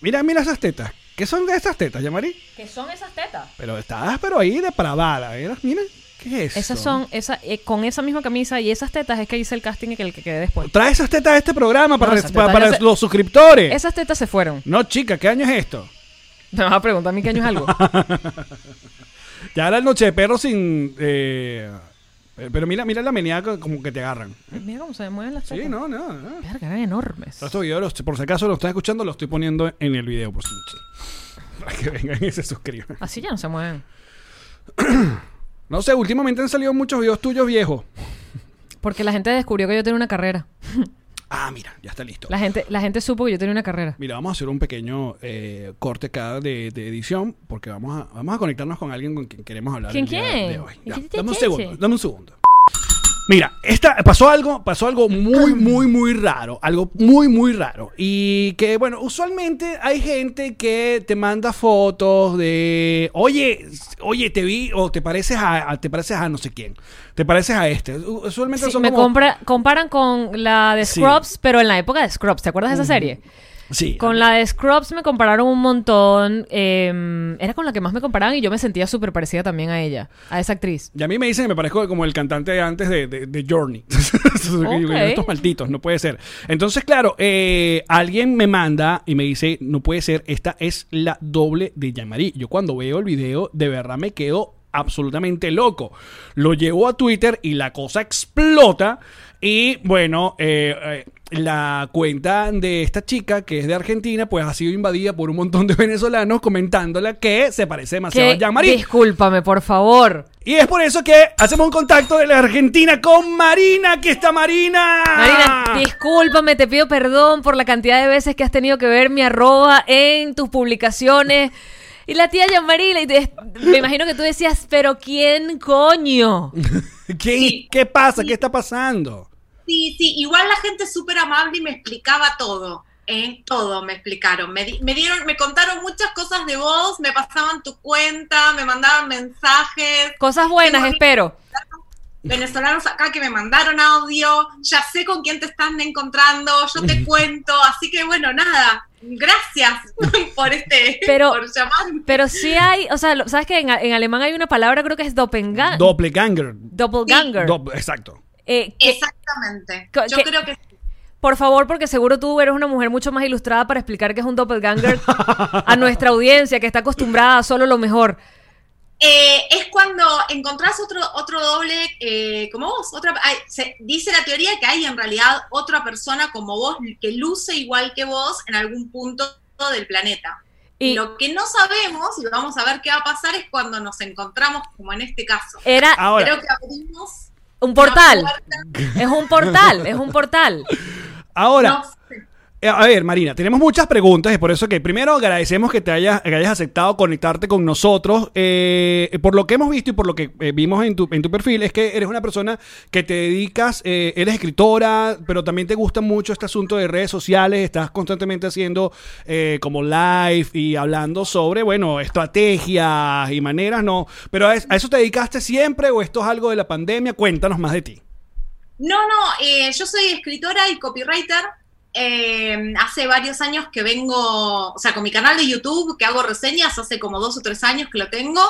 A: Mira, mira esas tetas. ¿Qué son de esas tetas, Yamari?
B: ¿Qué son esas tetas?
A: Pero estás, pero ahí depravada, ¿eh? Mira, ¿qué es
B: Esas
A: eso?
B: son, esa, eh, con esa misma camisa y esas tetas es que hice el casting y que el que quedé después.
A: Trae esas tetas a este programa para,
B: No,
A: res-
B: esas
A: pa-
B: tetas
A: para
B: ya se-
A: los suscriptores.
B: Esas tetas se fueron.
A: No, chica, ¿qué año es esto?
B: Me vas a preguntar a mí qué año
A: [laughs]
B: es algo.
A: Ya la noche de perro sin. eh, eh, pero mira, mira la meneada co- como que te agarran.
B: Mira cómo se mueven las tetas.
A: Sí, no, no. no.
B: Verga, eran enormes.
A: Estos videos, los- por si acaso lo estás escuchando, lo estoy poniendo en el video, por si. [laughs] Para que vengan y se suscriban.
B: Así ya no se mueven.
A: No sé, últimamente han salido muchos videos tuyos viejos.
B: Porque la gente descubrió que yo tenía una carrera.
A: Ah, mira, ya está listo.
B: La gente, la gente supo que yo tenía una carrera.
A: Mira, vamos a hacer un pequeño eh, corte cada de, de edición porque vamos a, vamos a conectarnos con alguien con quien queremos hablar.
B: ¿Quién,
A: el día
B: quién?
A: de hoy.
B: ¿Y
A: Ya,
B: quién te
A: dame un
B: quiere?
A: segundo, dame un segundo. Mira, esta, pasó algo, pasó algo muy, muy, muy raro, algo muy, muy raro. Y que, bueno, usualmente hay gente que te manda fotos de, oye, oye, te vi, o te pareces a, a- te pareces a no sé quién, te pareces a este. U- Usualmente
B: Sí,
A: son
B: me
A: como-
B: compra- comparan con la de
A: Sí.
B: Scrubs, pero en la época de Scrubs. ¿Te acuerdas de esa serie?
A: Sí.
B: Con la de Scrubs me compararon un montón. eh, era con la que más me comparaban y yo me sentía súper parecida también a ella, a esa actriz.
A: Y a mí me dicen que me parezco como el cantante de antes de, de, de Journey. [laughs] Yo digo, Estos malditos, no puede ser. Entonces, claro, eh, alguien me manda y me dice, no puede ser, esta es la doble de Yamari. Yo cuando veo el video, de verdad me quedo absolutamente loco. Lo llevo a Twitter y la cosa explota. Y bueno, eh, eh, la cuenta de esta chica, que es de Argentina, pues ha sido invadida por un montón de [laughs] venezolanos comentándola que se parece demasiado a
B: Que,
A: Yamari.
B: discúlpame, por favor.
A: Y es por eso que hacemos un contacto de la Argentina con Marina. Aquí está Marina.
B: Marina, discúlpame, te pido perdón por la cantidad de veces que has tenido que ver mi arroba en tus publicaciones. Y la tía Yamarila, y te- me imagino que tú decías, pero ¿quién coño?
A: ¿Qué, qué pasa? ¿Qué está pasando?
F: Sí, sí, igual la gente es súper amable y me explicaba todo. ¿eh? Todo me explicaron. Me, di- me dieron, me contaron muchas cosas de vos, me pasaban tu cuenta, me mandaban mensajes.
B: Cosas buenas,
F: Tengo
B: espero.
F: Venezolanos acá que me mandaron audio, ya sé con quién te están encontrando, yo te cuento, así que bueno, nada, gracias [laughs] por este,
B: Pero-
F: por llamarme.
B: Pero sí hay, o sea, lo- ¿sabes que en, a- en alemán hay una palabra, creo que es doppelganger?
A: Doppelganger.
B: doppelganger.
A: Dop- exacto.
B: Eh, que-
F: Exactamente.
B: Co-
F: Yo
B: que-
F: creo que sí.
B: por favor, porque seguro tú eres una mujer mucho más ilustrada para explicar qué es un doppelganger a nuestra audiencia que está acostumbrada a solo lo mejor.
F: Eh, es cuando encontrás otro, otro doble eh, como vos. Otra, hay- se, dice la teoría que hay en realidad otra persona como vos que luce igual que vos en algún punto del planeta.
B: Y-
F: Y lo que no sabemos, y vamos a ver qué va a pasar, es cuando nos encontramos, como en este caso.
B: Era
A: Ahora.
F: Creo que abrimos
B: un portal.
F: una puerta,
B: Es un portal, es un
F: [laughs]
B: portal.
A: Ahora,
F: no sé.
A: Eh, A ver, Marina, tenemos muchas preguntas y por eso que primero agradecemos que te hayas, que hayas aceptado conectarte con nosotros. Eh, por lo que hemos visto y por lo que eh, vimos en tu, en tu perfil, es que eres una persona que te dedicas, eh, eres escritora, pero también te gusta mucho este asunto de redes sociales, estás constantemente haciendo eh, como live y hablando sobre, bueno, estrategias y maneras, ¿no? Pero a, es- a eso te dedicaste siempre o esto es algo de la pandemia, cuéntanos más de ti.
F: No, no, eh, yo soy escritora y copywriter. Eh, hace varios años que vengo, o sea, con mi canal de YouTube, que hago reseñas, hace como dos o tres años que lo tengo.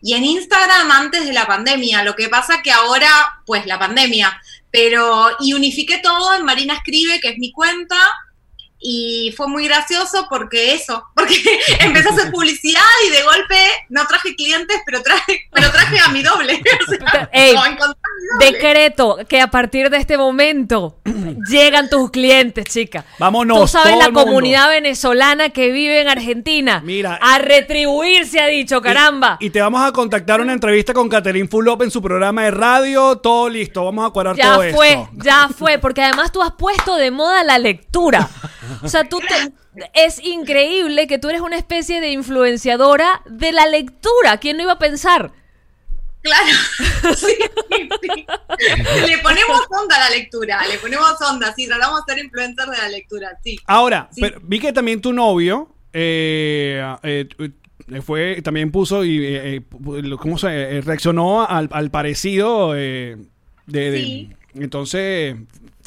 F: Y en Instagram antes de la pandemia. Lo que pasa que ahora, pues la pandemia. Pero, y unifiqué todo en Marina Escribe, que es mi cuenta. Y fue muy gracioso porque eso, [laughs] porque porque empecé a hacer publicidad y de golpe no traje clientes, pero traje, pero traje a mi doble. [laughs] O sea,
B: Ey,
F: o encontré a mi doble.
B: Decreto que a partir de
A: [clears throat]
B: este momento llegan tus clientes, chica.
A: Vámonos,
B: Tú sabes
A: todo
B: la
A: el mundo.
B: comunidad venezolana que vive en Argentina.
A: Mira.
B: A retribuir se ha dicho, caramba.
A: Y, y te vamos a contactar una entrevista con Caterín Fulop en su programa de radio. Todo listo, vamos a cuadrar
B: ya
A: todo
B: fue,
A: esto.
B: ya fue, porque además tú has puesto de moda la lectura. O sea, tú te- es increíble que tú eres una especie de influenciadora de la lectura. ¿Quién no iba a pensar?
F: Claro, [laughs] sí, sí, sí. Le ponemos onda a la lectura, le ponemos onda, sí, tratamos de ser influencers de la lectura, sí.
A: Ahora,
F: Sí.
A: pero vi que también tu novio eh, eh, eh, fue, también puso y eh, eh, pu- lo- ¿cómo se eh, reaccionó al, al parecido eh, de, de-
F: Sí.
A: entonces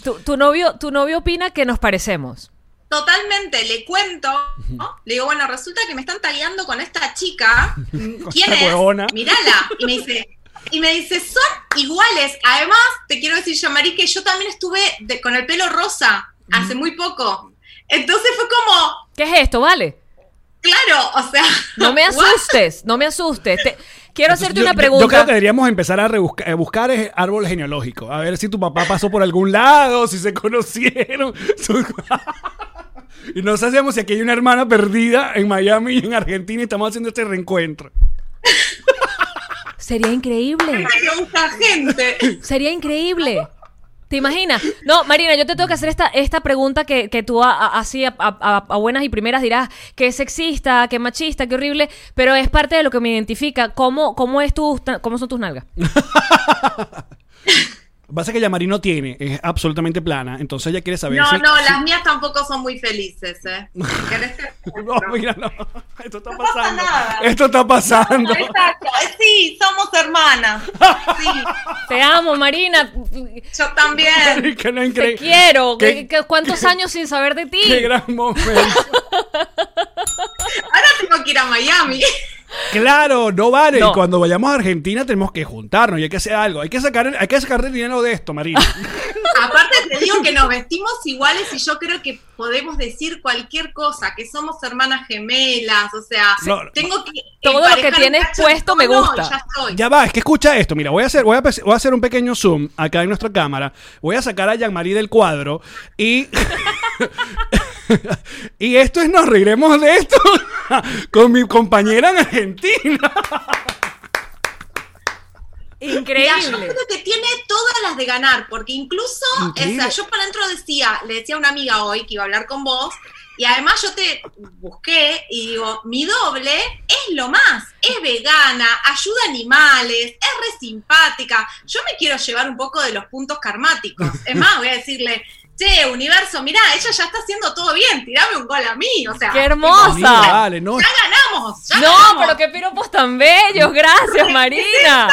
B: Tu, tu novio, tu novio opina que nos parecemos.
F: Totalmente, le cuento, ¿no? le digo, bueno, resulta que me están tagueando con
A: [laughs]
F: esta chica, ¿quién
A: esta
F: es?
A: huevona.
F: Mírala, y me dice, y me dice, son iguales, además, te quiero decir yo, Marí, que yo también estuve de- con el pelo rosa hace muy poco, entonces fue como,
B: ¿Qué es esto, vale?
F: claro, o sea... [laughs]
A: [laughs]
B: No me
F: what?
B: asustes, no me asustes. Te- quiero
A: Yo-
B: hacerte una
A: yo- Yo, creo
B: pregunta.
A: que deberíamos empezar a, rebusca- a buscar eh, árbol genealógico. A ver si tu papá pasó por algún lado, si se conocieron. [laughs] su- y no sabemos si aquí hay una hermana perdida en Miami y en Argentina y estamos haciendo este reencuentro.
B: Sería increíble.
F: Hay que buscar gente.
B: Sería increíble. ¿Te imaginas? No, Marina, yo te tengo que hacer esta, esta pregunta que, que tú a- a- así a, a- a buenas y primeras dirás que es sexista, que es machista, que horrible, pero es parte de lo que me identifica. ¿Cómo, cómo, es tu, cómo son
A: [laughs]
B: tus nalgas?
A: Lo que pasa es que Yamari no tiene, es absolutamente plana, entonces ella quiere saber
F: No,
A: si... [laughs]
F: no,
A: si-
F: las mías tampoco son muy felices,
B: [laughs]
F: ¿eh? ¿Querés que-
A: No, Oh, mira, no. Esto está
F: pasa
A: pasando.
F: nada.
A: Esto está pasando.
F: Exacto, sí, somos hermanas. Sí, [laughs]
B: Te amo, Marina.
F: yo
A: [laughs]
F: también.
A: que no
B: Te
A: increíble.
B: quiero.
A: Qué,
B: ¿Qué- qué- ¿Cuántos años sin saber de ti?
A: qué gran momento.
F: Ahora tengo que ir a [laughs] Miami.
A: Claro, no vale. Y
B: No.
A: cuando vayamos a Argentina tenemos que juntarnos y hay que hacer algo. Hay que sacar, el- hay que sacar el dinero de esto,
B: [laughs]
A: Marina.
F: Aparte te digo que nos vestimos iguales y yo creo que podemos decir cualquier cosa, que somos hermanas gemelas, o sea,
A: No.
F: tengo que...
B: Todo lo que
F: emparejar un
B: tienes
F: cacho
B: puesto me
F: todo,
B: gusta.
F: Ya estoy.
A: ya va, es que escucha esto. Mira, voy a hacer, voy a, pe- voy a hacer un pequeño zoom acá en nuestra cámara. Voy a sacar a Jean-Marie del cuadro y. [laughs] y esto es, nos reiremos de esto [laughs] con mi compañera en Argentina.
F: Mira, yo
B: Increíble.
F: creo que tiene todas las de ganar, porque incluso, o sea,
A: Increíble.
F: yo para adentro decía, le decía a una amiga hoy que iba a hablar con vos, y además yo te busqué y digo, mi doble es lo más, es vegana, ayuda a animales, es re simpática, yo me quiero llevar un poco de los puntos karmáticos, es más, voy a decirle, che, universo, mirá, ella ya está haciendo todo bien, tirame un gol a mí, o sea,
B: ¡Qué
A: Mira,
B: hermosa!
A: vale, no.
F: ya ganamos, ya
B: No,
F: ganamos.
B: pero qué piropos tan bellos, gracias Marina.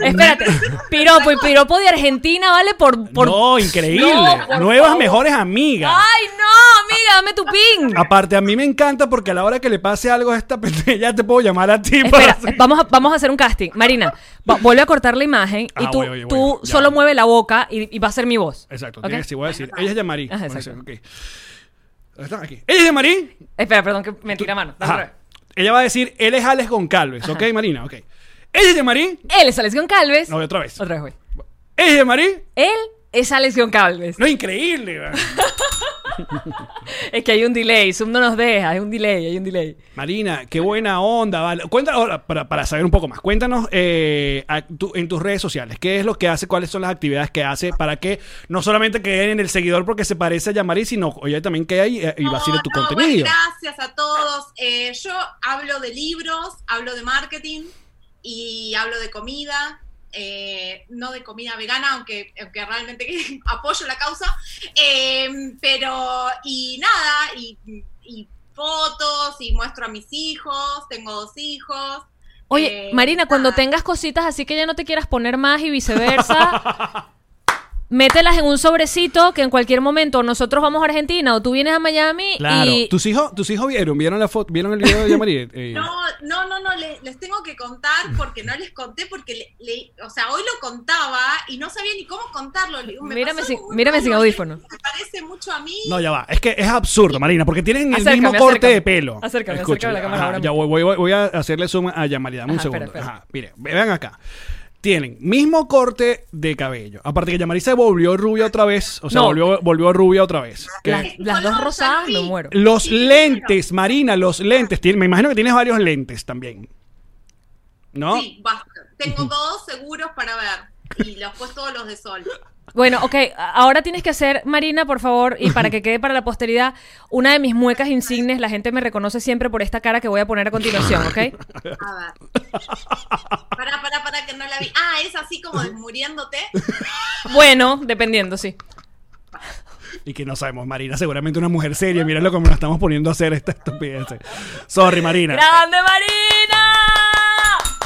B: Espérate, piropo y piropo de Argentina, ¿vale? Por, por...
A: no, increíble.
B: No, por
A: Nuevas
B: favor.
A: mejores amigas.
B: Ay, no, amiga, dame tu
A: [laughs]
B: pin.
A: Aparte, a mí me encanta porque a la hora que le pase algo a esta [laughs] pendeja, ya te puedo llamar a ti para
B: Espera,
A: hacer-
B: eh, vamos a, vamos a hacer un casting. Marina, va- vuelve a cortar la imagen y
A: Ah,
B: tú,
A: voy, voy, voy,
B: tú
A: ya.
B: solo mueve la boca y, y va a ser mi voz.
A: Exacto,
B: ¿Ok?
A: tiene que decir, voy a decir. Ella es Yamari.
B: Ajá,
A: Voy a decir,
B: exacto.
A: ok. Están aquí. Ella es Yamari.
B: Espera, perdón, que me tira mano. Dame
A: Ajá.
B: otra vez.
A: Ella va a decir, él es Alex Goncalves, ¿ok, Marina? Ok. Él es Yamari.
B: Él es Alexión Calves.
A: No, otra vez.
B: Otra vez, güey.
A: Él es Yamari.
B: Él es Alexión Calves.
A: No, increíble. ¿verdad?
B: Es que hay un delay, Zoom no nos deja, hay un delay, hay un delay.
A: Marina, qué buena onda. Vale. Cuéntanos, ahora, para, para saber un poco más, cuéntanos eh, a- tu- en tus redes sociales, qué es lo que hace, cuáles son las actividades que hace, para que no solamente queden en el seguidor porque se parece a Yamari, sino ella también quede ahí eh, y vacile
F: No,
A: tu
F: no,
A: contenido.
F: bueno, gracias a todos. Eh, yo hablo de libros, hablo de marketing y hablo de comida. eh, no de comida vegana, aunque, aunque realmente [laughs] apoyo la causa. eh, pero, y nada, y, y fotos, y muestro a mis hijos, tengo dos hijos.
B: Oye,
F: eh,
B: Marina, cuando
F: nada. [laughs]
B: tengas cositas así que ya no te quieras poner más y viceversa, mételas en un sobrecito que en cualquier momento nosotros vamos a Argentina o tú vienes a Miami
A: Claro.
B: y...
A: ¿Tus, hijos, ¿Tus hijos vieron? ¿Vieron la foto? ¿Vieron el video de Yamari? Eh,
F: No, no, no, no, les, les tengo que contar porque no les conté, porque, le, le- o sea, hoy lo contaba y no sabía ni cómo contarlo. Le digo, me
B: Mírame
F: pasó
B: sin-
F: algo muy
B: mírame
F: raro,
B: sin audífono.
F: Me parece mucho a mí.
A: No, ya va. Es que es absurdo, Marina, porque tienen el
B: Acércame,
A: mismo corte
B: acércame.
A: de pelo.
B: Acércame,
A: Escucha,
B: acércame a la cámara
A: ajá,
B: ahora
A: ya voy, voy, voy- voy a hacerle zoom a Yamari. Dame un
B: Ajá,
A: segundo.
B: espera, espera.
A: Ajá, mire, vean acá. Tienen mismo corte de cabello. Aparte que Yamari se volvió rubia otra vez. O sea,
B: No.
A: volvió, volvió rubia otra vez. Que-
B: Las, las dos rosadas me muero.
A: Los
F: Sí, sí,
A: lentes, Marina, los lentes. Tien- Me imagino que tienes varios lentes también. ¿No?
F: Sí, basta. Tengo dos seguros para ver y los pues todos los de sol.
B: Bueno, ok, a- ahora tienes que hacer, Marina, por favor, y para que quede para la posteridad, una de mis muecas insignes, la gente me reconoce siempre por esta cara que voy a poner a continuación, ¿ok?
F: A ver.
A: [laughs]
F: Pará, pará, pará, que no la vi. Ah, es así como desmuriéndote.
B: Bueno, dependiendo, sí.
A: Y que no sabemos, Marina, seguramente una mujer seria. Míralo como nos estamos poniendo a hacer esta estupidez. Sorry, Marina.
B: ¡Grande, Marina!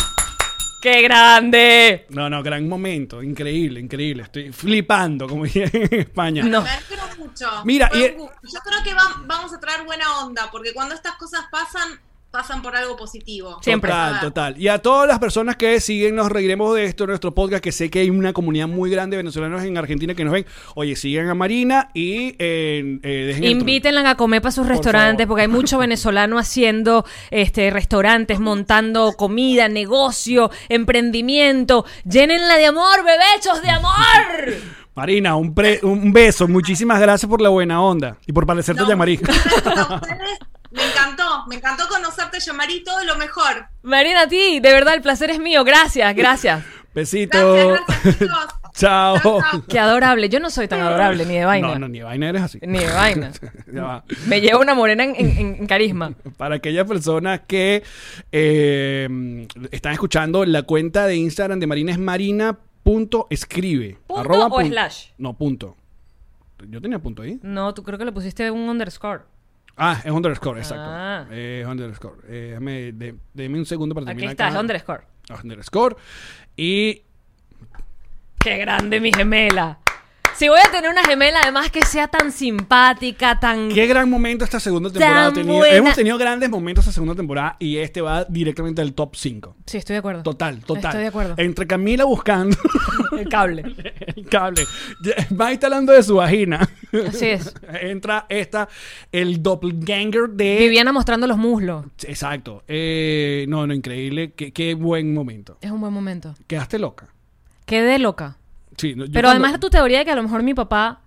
B: ¡Qué grande!
A: No, no, gran momento, increíble, increíble. Estoy flipando, como [laughs] dije en España.
B: No.
F: Me alegro mucho.
A: Mira,
F: Fue
A: y-
F: un gusto. yo creo que va- vamos a traer buena onda, porque cuando estas cosas pasan, pasan por algo positivo.
B: Siempre.
A: Total, total. Y a todas las personas que siguen, nos reiremos de esto, nuestro podcast, que sé que hay una comunidad muy grande de venezolanos en Argentina que nos ven. Oye, sigan a Marina y eh, eh, dejen el-
B: Invítenla a comer para sus restaurantes,
A: favor.
B: porque hay mucho venezolano haciendo este restaurantes, montando comida, negocio, emprendimiento. Llénenla de amor, bebechos de amor.
A: Marina, un, pre- un beso. Muchísimas gracias por la buena onda y por parecerte
F: No,
A: a Yamari.
F: [laughs] gracias a ustedes. Me encantó, me encantó conocerte, Yamari, todo lo mejor.
B: Marina, a ti, de verdad, el placer es mío. Gracias, gracias.
A: Besito.
F: Gracias, gracias, chicos.
A: [laughs] Chao.
F: Chao, chao.
B: Qué adorable. Yo no soy tan adorable, ni de vaina.
A: No, no, ni de vaina eres así.
B: Ni de vaina.
A: [laughs] Ya va.
B: Me lleva una morena en, en-
A: [laughs]
B: en carisma.
A: Para aquellas personas que eh, están escuchando, la cuenta de Instagram de Marina es marina.escribe.
B: ¿Punto o
A: pun-
B: slash?
A: No, punto. Yo tenía punto ahí.
B: No, tú creo que le pusiste un underscore.
A: Ah, es underscore, exacto.
B: Ah.
A: Eh, es underscore. Eh, déjame, de- deme un segundo para
B: Aquí
A: terminar.
B: está,
A: Pues acá. Ah,
B: underscore.
A: Underscore. Y
B: ¡Qué grande mi gemela! Si voy a tener una gemela, además que sea tan simpática, tan...
A: qué gran momento esta segunda temporada ha
B: Tan
A: tenido.
B: buena.
A: Hemos tenido grandes momentos esta segunda temporada y este va directamente al top 5.
B: Sí, estoy de acuerdo.
A: Total, total.
B: Estoy de acuerdo.
A: Entre Camila buscando.
B: [laughs] El cable.
A: [laughs] El cable. Ya- Va instalando de su vagina. [laughs]
B: Así [laughs] es.
A: Entra esta, el doppelganger de.
B: Viviana mostrando los muslos.
A: Exacto. Eh, no, no, increíble. Qué, qué buen momento.
B: Es un buen momento.
A: Quedaste loca.
B: Quedé loca.
A: Sí, no, yo
B: Pero
A: cuando-
B: además de tu teoría de que a lo mejor mi papá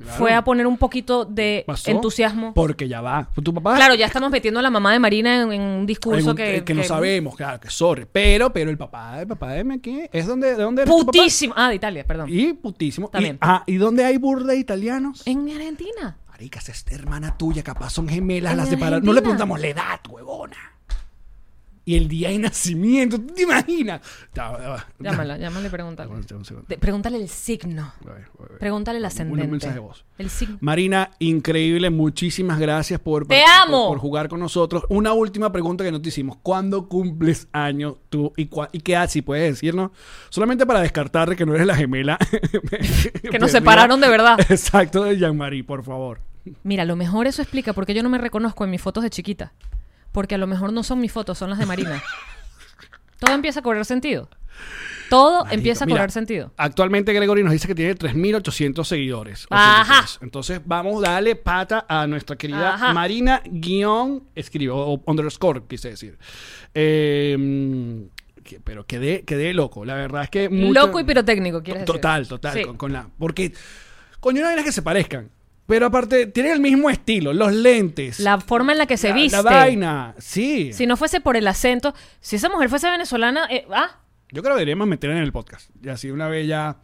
A: Claro.
B: fue a poner un poquito de
A: pasó
B: entusiasmo.
A: Porque ya va. Tu papá.
B: Claro, ya estamos metiendo a la mamá de Marina en, en un discurso
A: algún-
B: que,
A: eh, no sabemos, claro, que sorry. Pero, pero el papá, el papá de aquí es donde, ¿de dónde eres tu papá?
B: Putísimo. Ah, de Italia, perdón.
A: Y putísimo.
B: Está
A: Y,
B: bien.
A: ah, ¿y dónde hay burda de italianos?
B: En Argentina.
A: Maricas, esta hermana tuya, capaz son gemelas,
B: En
A: las separaron. No le
B: Argentina.
A: preguntamos la edad, huevona. Y el día de nacimiento, ¿tú te imaginas? Ya va, ya va.
B: Llámala, llámala y pregúntale.
A: Un segundo, un segundo.
B: De- pregúntale el signo.
A: A ver, a ver.
B: Pregúntale el ascendente.
A: Un mensaje de voz.
B: El signo.
A: Marina, increíble, muchísimas gracias por,
B: ¡Te
A: por-
B: amo!
A: por, por jugar con nosotros. Una última pregunta que no te hicimos. ¿Cuándo cumples año tú y, cua- y qué edad, si puedes decirnos? Solamente para descartar de que no eres la gemela. [laughs]
B: Que nos separaron de verdad.
A: Exacto, de Jean-Marie, por favor.
B: Mira, a lo mejor eso explica por qué yo no me reconozco en mis fotos de chiquita. Porque a lo mejor no son mis fotos, son las
A: [laughs]
B: de Marina. Todo empieza a cobrar sentido. Todo
A: Marico,
B: empieza a
A: mira,
B: cobrar sentido.
A: Actualmente Gregory nos dice que tiene 3.800 seguidores.
B: Ajá.
A: 800. Entonces vamos a darle pata a nuestra querida
B: Ajá.
A: Marina guión escribo, o underscore, quise decir. Eh, que- pero quedé, quedé loco. La verdad es que... mucho-
B: Loco y pirotécnico, quieres decir.
A: Total, total.
B: Sí.
A: Con, con la, porque, coño, no es que se parezcan. Pero aparte, tienen el mismo estilo, los lentes.
B: La forma en la que se
A: la-
B: viste.
A: La vaina, sí.
B: Si no fuese por el acento, si esa mujer fuese venezolana, eh, ah,
A: Yo creo que deberíamos meter en el podcast. Y así una vez ya...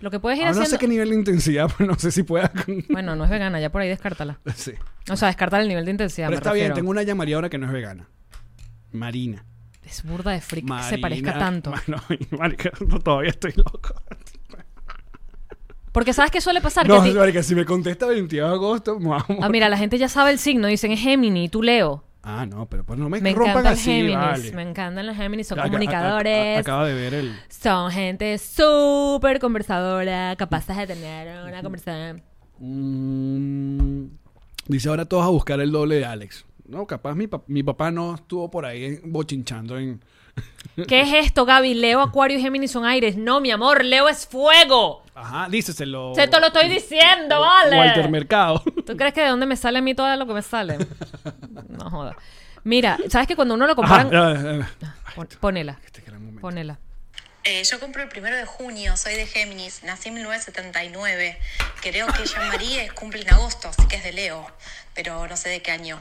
B: lo que puedes ir
A: Ahora Ah, no
B: haciendo.
A: sé qué nivel de intensidad, [laughs] pero no sé si pueda. con-
B: Bueno, no es vegana, ya por ahí descártala.
A: sí.
B: O sea, descartar el nivel de intensidad.
A: Pero
B: me
A: está bien,
B: refiero.
A: tengo una llamaría ahora que no es vegana. Marina.
B: Es burda de freak que se
A: Marina-
B: parezca tanto.
A: [laughs] Bueno, marica, no, todavía estoy loco. Porque
B: Porque sabes qué suele pasar.
A: no,
B: que a ti-
A: marica, si me contesta 22 de agosto, vamos.
B: Ah, mira, la gente ya sabe el signo. Dicen, es Gemini, tú Leo.
A: Ah, no, pero pues no me,
B: Me
A: rompan
B: encantan los
A: así,
B: Géminis.
A: vale.
B: Me encantan los Géminis. Son
A: Acá- a- a-
B: comunicadores.
A: acaba de ver el...
B: Son gente súper conversadora, capaces de tener una conversación.
A: Mm, dice ahora todos a buscar el doble de Alex. No, capaz mi, pap- mi papá no estuvo por ahí en- bochinchando en...
B: ¿Qué es esto, Gaby? Leo, Acuario y Géminis son aires. No, mi amor, Leo es fuego.
A: Ajá, díceselo.
B: Se te lo estoy diciendo, vale.
A: Walter Mercado.
B: ¿Tú crees que de dónde me sale a mí todo lo que me sale? No joda. Mira, ¿sabes que cuando uno lo
A: [laughs] Ajá, eh,
B: comparan.
A: eh, eh.
B: Pon- ponela,
A: Este gran momento. [laughs]
B: ponela.
G: Eh, yo cumplo el primero de junio, soy de Géminis, nací en 1979. Creo que Jean Marie es- cumple en agosto, así que es de Leo, pero no sé de qué año.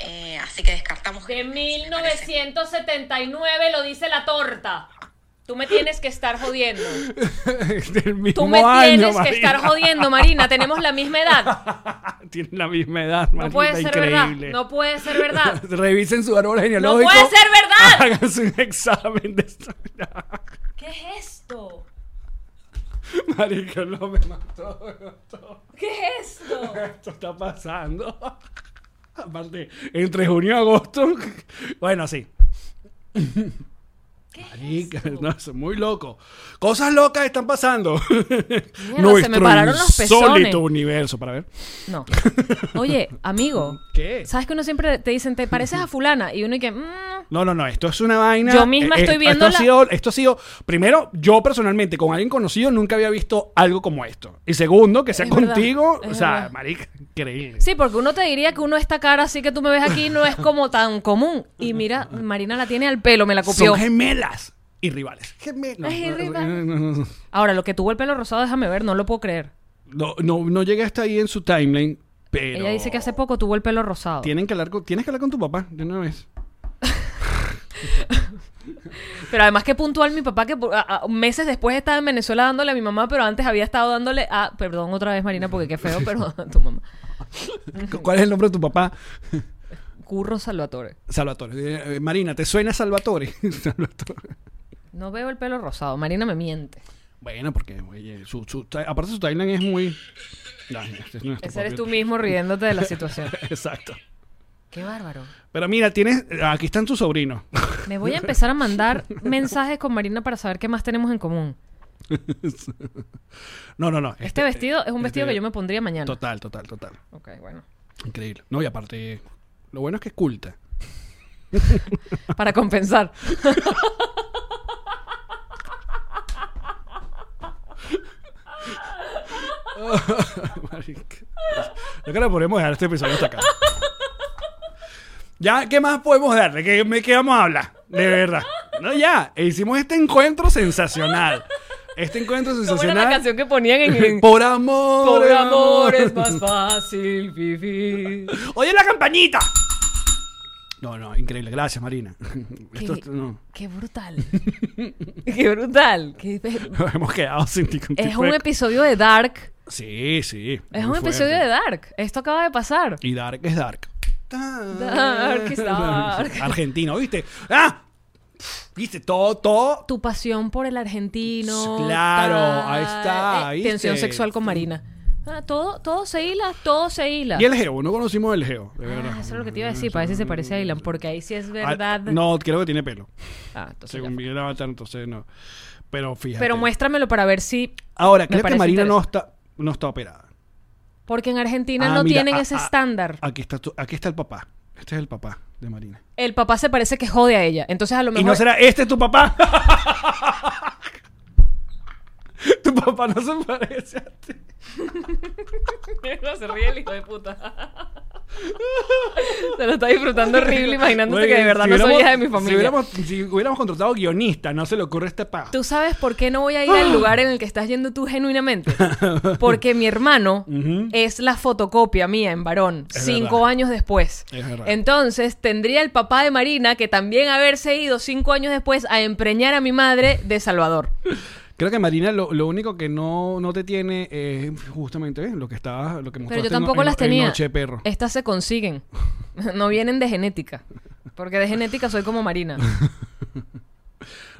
G: Eh, así que descartamos.
B: De
G: Géminis, me parece.
B: 1979 lo dice la torta. Tú me tienes que estar jodiendo.
A: Del mismo
B: Tú me
A: año,
B: tienes que
A: Marina.
B: estar
A: [laughs]
B: jodiendo, Marina. Tenemos la misma edad.
A: Tienen la misma edad, Marina,
B: No puede ser
A: increíble.
B: verdad. No puede ser
A: [laughs]
B: verdad.
A: Revisen su árbol genealógico.
B: puede ser verdad!
A: [laughs] Háganse un examen de [laughs] esta.
B: ¿Qué es esto?
A: Marico, no me mató.
B: ¿Qué es esto?
A: Esto está pasando. [laughs] Aparte, entre junio y agosto. [laughs] Bueno, sí. Marica, no, eso es muy loco. Cosas locas están pasando.
B: me pararon
A: [laughs]
B: los pezones.
A: insólito universo, para ver.
B: No. Oye, amigo.
A: ¿Qué?
B: ¿Sabes que uno siempre te dicen, te
A: [laughs]
B: pareces a fulana? Y uno y que, mm,
A: No, no, no, esto es una vaina. Eh,
B: Yo misma estoy
A: Esto
B: viendo
A: ha,
B: la-
A: sido, esto ha sido, primero, yo personalmente, con alguien conocido, nunca había visto algo como esto. Y segundo, que sea
B: Es verdad,
A: contigo,
B: es
A: o sea,
B: verdad.
A: marica, increíble.
B: Sí, porque uno te diría que uno esta cara así que tú me ves aquí no es como tan común. Y mira, Marina la tiene al pelo, me la copió.
A: Son gemelas y rivales. Gemelas.
B: Ay, rivales. Ahora, lo que tuvo el pelo rosado, déjame ver, no lo puedo creer.
A: No, no, no llegué hasta ahí en su timeline, pero.
B: Ella dice que hace poco tuvo el pelo rosado.
A: Tienen que hablar con, tienes que hablar con tu papá de una vez.
B: Pero además que puntual mi papá que por- a- a- meses después estaba en Venezuela dándole a mi mamá, pero antes había estado dándole a... Perdón otra vez, Marina, porque qué feo, pero a tu mamá.
A: ¿Cuál es el nombre de tu papá?
B: Curro Salvatore.
A: Salvatore. Eh, eh, Marina, ¿te suena Salvatore? [laughs] Salvatore.
B: No veo el pelo rosado. Marina me miente.
A: Bueno, porque, oye, su, su- aparte su timeline es muy. Ya, este es nuestro
B: Ese eres tú
A: propio-
B: mismo riéndote [laughs] de la situación.
A: [laughs] Exacto.
B: Qué bárbaro.
A: Pero mira, tienes. Aquí están tus sobrinos. [laughs]
B: Me voy a empezar a [laughs] mandar mensajes con Marina para saber qué más tenemos en común.
A: No, no, no.
B: Este, vestido es un
A: este-
B: vestido que yo me pondría mañana.
A: Total, total, total.
B: Ok, bueno.
A: Increíble. No, y aparte, lo bueno es que es culta. [laughs]
B: Para [laughs] compensar.
A: Marica. Yo creo que podemos dejar este episodio hasta acá. Ya, ¿qué más podemos darle? ¿Qué, me- qué vamos a hablar? De verdad. No, ya. Hicimos este encuentro sensacional. Este encuentro
B: ¿Cómo era la
A: sensacional.
B: canción que ponían en... [laughs] en-
A: Por amor.
B: Por amor es más fácil vivir.
A: ¡Oye la campanita! No, no, increíble. Gracias, [laughs] Marina. Esto-
B: Qué-
A: no. [laughs]
B: Qué brutal. Qué brutal. Qué-
A: Nos hemos quedado sin ningún
B: Es
A: tipo
B: un
A: de-
B: episodio de Dark.
A: Sí, sí.
B: Es un
A: muy
B: episodio
A: fuerte.
B: de Dark. Esto acaba de pasar.
A: Y Dark es Dark. [laughs]
B: Dark es dark.
A: Argentino, ¿viste? ¡Ah! ¿Viste? Todo, todo.
B: Tu pasión por el argentino.
A: Claro, ahí está,
B: Eh, Tensión
A: ¿viste?
B: sexual con Marina. Ah, todo, todo se hila, todo se hila.
A: Y el Geo, no conocimos el Geo, de verdad.
B: Ah, eso es lo que te iba a decir, parece que se parece a Dylan, porque ahí sí es verdad.
A: Ah, no, creo que tiene pelo.
B: Ah, entonces
A: Según
B: ya.
A: vi el avatar, entonces no. Pero fíjate.
B: Pero muéstramelo para ver si.
A: Ahora,
B: Me
A: creo que
B: parece
A: Marina no está, no está operada.
B: Porque en Argentina
A: Ah,
B: no
A: mira,
B: tienen
A: ah,
B: ese
A: ah,
B: estándar.
A: Aquí está, tu- aquí está el papá. Este es el papá de Marina.
B: El papá se parece que jode a ella. Entonces a lo mejor.
A: Y no será este tu papá. [laughs] tu papá no se parece a ti.
B: [laughs] No, se ríe el hijo de puta. [laughs] se lo está disfrutando horrible imaginándose
A: Oye,
B: que de verdad
A: si
B: no soy
A: hubiéramos-
B: hija de mi
A: Si
B: familia.
A: hubiéramos, si hubiéramos contratado guionista, no se le ocurre este pago.
B: ¿Tú sabes por qué no voy a ir al lugar en el que estás yendo
A: [laughs]
B: tú genuinamente? Porque mi hermano es la fotocopia mía en varón,
A: Es
B: cinco
A: verdad.
B: años después.
A: Es verdad.
B: Entonces tendría el papá de Marina que también haberse ido cinco años después a empreñar a mi madre de Salvador.
A: Creo que Marina lo, lo único que no, no te tiene es justamente ¿ves? lo que estaba, lo que
B: Pero
A: mostraste
B: yo
A: en-
B: tampoco
A: en-
B: las
A: en
B: tenía. Eh.
A: Noche de perro.
B: Estas se consiguen. [laughs] No vienen de genética. Porque de genética soy como Marina.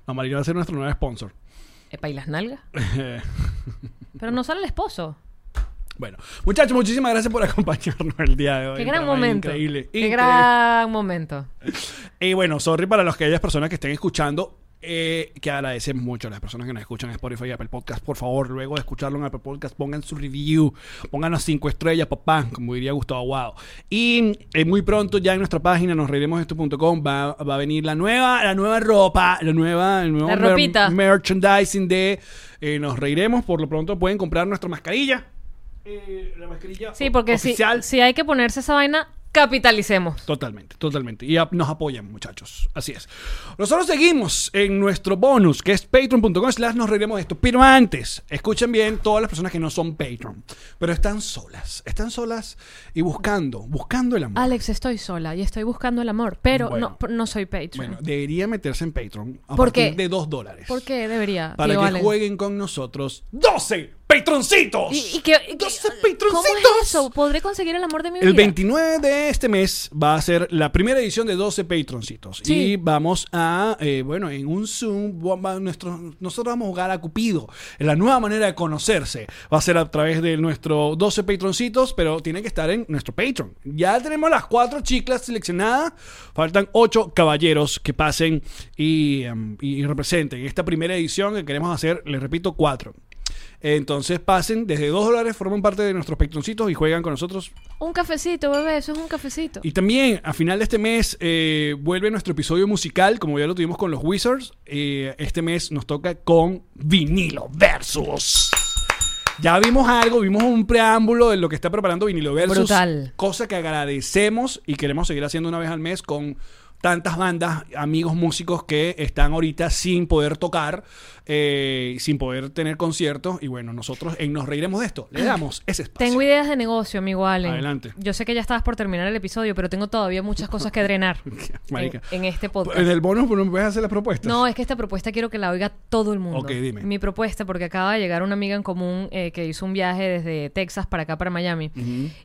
A: No, Marina va a ser nuestro nuevo sponsor. [laughs]
B: Epa, ¿y las nalgas? Pero no sale el esposo.
A: Bueno, muchachos, muchísimas gracias por [laughs] acompañarnos el día de hoy.
B: Qué
A: Un
B: gran
A: programa
B: momento.
A: Increíble.
B: Qué
A: increíble.
B: gran momento.
A: Y bueno, sorry para los que aquellas personas que estén escuchando. eh, que agradecemos mucho a las personas que nos escuchan en Spotify y Apple Podcast. Por favor, luego de escucharlo en Apple Podcast, pongan su review, pongan las cinco estrellas, papá, como diría Gustavo Aguado. Y eh, muy pronto ya en nuestra página nos esto.com va, va a venir la nueva, la nueva ropa, la nueva, el nuevo
B: La ropita.
A: merchandising de eh, Nos Reiremos. Por lo pronto pueden comprar nuestra mascarilla. eh, la mascarilla
B: Sí, porque si,
A: oficial.
B: si hay que ponerse esa vaina, capitalicemos.
A: Totalmente, totalmente. Y ap- nos apoyan, muchachos. Así es. Nosotros seguimos en nuestro bonus, que es patreon.com slash nos reiremos de esto. Pero antes, escuchen bien todas las personas que no son Patreon, pero están solas. Están solas y buscando, buscando el amor.
B: Alex, estoy sola y estoy buscando el amor, pero
A: Bueno.
B: no, no soy Patreon.
A: Bueno, debería meterse en Patreon a
B: ¿Por qué?
A: partir de 2 dólares.
B: ¿Por qué debería?
A: Para
B: tío
A: que
B: Alex?
A: jueguen con nosotros 12 patroncitos.
B: ¿Y, y qué- y qué-
A: 12
B: ¿Cómo
A: patroncitos.
B: es eso? ¿Podré conseguir el amor de mi vida?
A: El 29 de este mes va a ser la primera edición de 12 Patroncitos.
B: Sí.
A: Y vamos a, eh, bueno, en un Zoom, va- va- nuestro- nosotros vamos a jugar a Cupido. La nueva manera de conocerse va a ser a través de nuestro 12 Patroncitos, pero tienen que estar en nuestro Patreon. Ya tenemos las cuatro chicas seleccionadas. Faltan ocho caballeros que pasen y, em, y representen esta primera edición que queremos hacer, les repito, cuatro. Entonces pasen desde 2 dólares, forman parte de nuestros patroncitos y juegan con nosotros
B: Un cafecito, bebé, eso es un cafecito.
A: y también a final de este mes eh, vuelve nuestro episodio musical, como ya lo tuvimos con los Wizards. eh, este mes nos toca con Vinilo Versus. Ya vimos algo, vimos un preámbulo de lo que está preparando Vinilo Versus.
B: Brutal.
A: Cosa que agradecemos y queremos seguir haciendo una vez al mes con tantas bandas, amigos músicos que están ahorita sin poder tocar, eh, sin poder tener conciertos. Y bueno, nosotros en Nos Reiremos de esto. Le damos ese espacio.
B: Tengo ideas de negocio, amigo Allen.
A: Adelante.
B: Yo sé que ya estabas por terminar el episodio, pero tengo todavía muchas cosas que drenar
A: [laughs] Marica.
B: en, en este podcast.
A: En el bonus pues, no puedes hacer las propuestas.
B: No, es que esta propuesta quiero que la oiga todo el mundo.
A: Ok, dime.
B: Mi propuesta, porque acaba de llegar una amiga en común eh, que hizo un viaje desde Texas para acá, para Miami.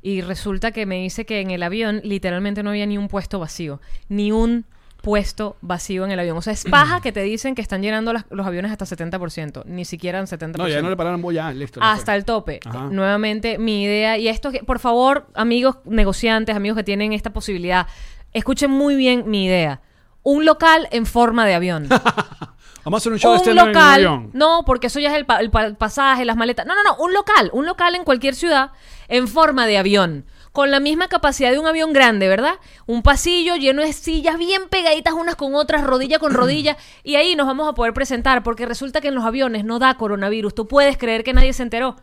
B: Y resulta que me dice que en el avión literalmente no había ni un puesto vacío. Ni un puesto vacío en el avión.
A: [clears throat]
B: O sea, es paja que te dicen que están llenando las- los aviones hasta 70%. Ni siquiera en 70%.
A: No, ya no le pararon boya, listo. ya
B: Hasta
A: fue.
B: el tope.
A: Ajá.
B: Nuevamente, mi idea, y esto, es que- por favor, amigos negociantes, amigos que tienen esta posibilidad, escuchen muy bien mi idea. Un local en forma de avión.
A: Vamos a hacer un show de
B: un
A: stand-up en un
B: local.
A: avión.
B: No, porque eso ya es el, pa- el pa- el pasaje, las maletas. No, no, no. Un local. Un local en cualquier ciudad en forma de avión. Con la misma capacidad de un avión grande, ¿verdad? Un pasillo lleno de sillas bien pegaditas unas con otras, rodilla
A: [clears throat]
B: con rodilla. Y ahí nos vamos a poder presentar, porque resulta que en los aviones no da coronavirus. Tú puedes creer que nadie se enteró.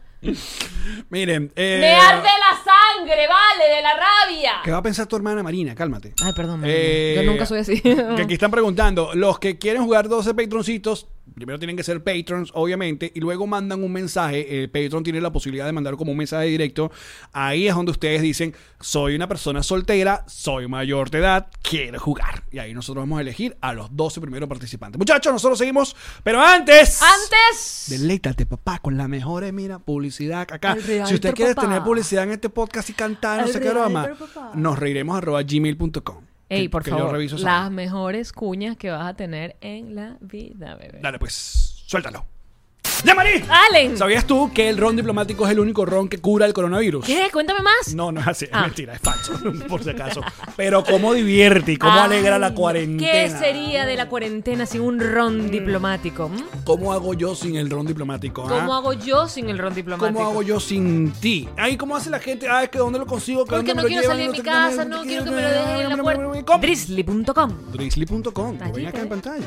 A: Miren, eh,
B: ¡Me arde la sangre, vale! ¡De la rabia!
A: ¿qué va a pensar tu hermana Marina? Cálmate.
B: Ay, perdón. Marina.
A: Eh,
B: Yo nunca soy así. [laughs]
A: que aquí están preguntando, los que quieren jugar 12 patroncitos, primero tienen que ser patrons, obviamente, y luego mandan un mensaje. El patron tiene la posibilidad de mandar como un mensaje directo. Ahí es donde ustedes dicen, soy una persona soltera, soy mayor de edad, quiero jugar. Y ahí nosotros vamos a elegir a los 12 primeros participantes. Muchachos, nosotros seguimos, pero antes...
B: Antes.
A: Deleítate, papá, con la mejor, eh, mira, publicidad acá.
B: El realtor,
A: Si usted quiere
B: papá.
A: tener publicidad en este podcast y cantar, no
B: El
A: sé qué broma,
B: realtor, papá.
A: nos reiremos arroba gmail.com.
B: Ey,
A: Que-
B: por
A: que yo
B: favor,
A: reviso esa
B: las
A: vaina.
B: mejores cuñas que vas a tener en la vida, bebé.
A: Dale, pues, suéltalo. ¡Ya, Marí!
B: Allen.
A: ¿Sabías tú que el ron diplomático es el único ron que cura el coronavirus?
B: ¿Qué? Cuéntame más.
A: No, no es así, es
B: Ah.
A: mentira, es falso, [laughs] por si acaso. Pero cómo divierte y cómo
B: Ay,
A: alegra la
B: no.
A: cuarentena. Mm.
B: ¿Qué sería de la cuarentena sin un ron diplomático? ¿m?
A: ¿Cómo hago yo sin el ron diplomático? ah?
B: ¿Cómo hago yo sin el ron diplomático?
A: ¿Cómo hago yo sin ti? Ay, ¿cómo hace la gente? Ah, es que ¿dónde lo consigo? ¿Que dónde
B: Porque no
A: me lo
B: quiero
A: llevan?
B: salir de mi
A: sé qué, dame,
B: casa,
A: te
B: no
A: quiero,
B: quiero que me lo dejen en la
A: dame, dame, dame,
B: puerta.
A: ¿cómo?
B: Drizzly.com.
A: Drizzly.com. Lo ven
B: Allí
A: acá en
B: te-
A: pantalla.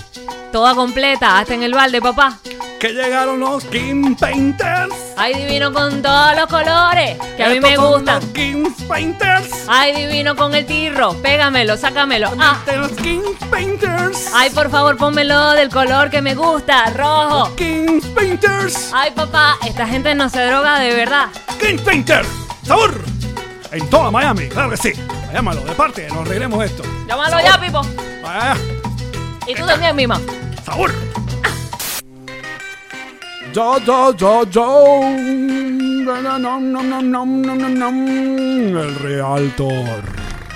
B: Toda completa, hasta en el balde, papá.
A: Que llegaron los King Painters.
B: Ay, divino con todos los colores que a mí
A: Estos
B: me
A: son
B: gustan.
A: Los King Painters.
B: Ay, divino con el tirro. Pégamelo, sácamelo. Ah,
A: De los King Painters.
B: ay, por favor, pónmelo del color que me gusta, rojo.
A: King Painters.
B: Ay, papá, esta gente no se droga de verdad.
A: King Painter. Sabor. En toda Miami, claro que sí. Llámalo, de parte, nos arreglemos esto.
B: Llámalo ya, Pipo.
A: Ah,
B: Y tú también, Mima.
A: sabor. Yo, yo, yo, yo. Nom, nom, nom, nom, nom, nom. El Realtor.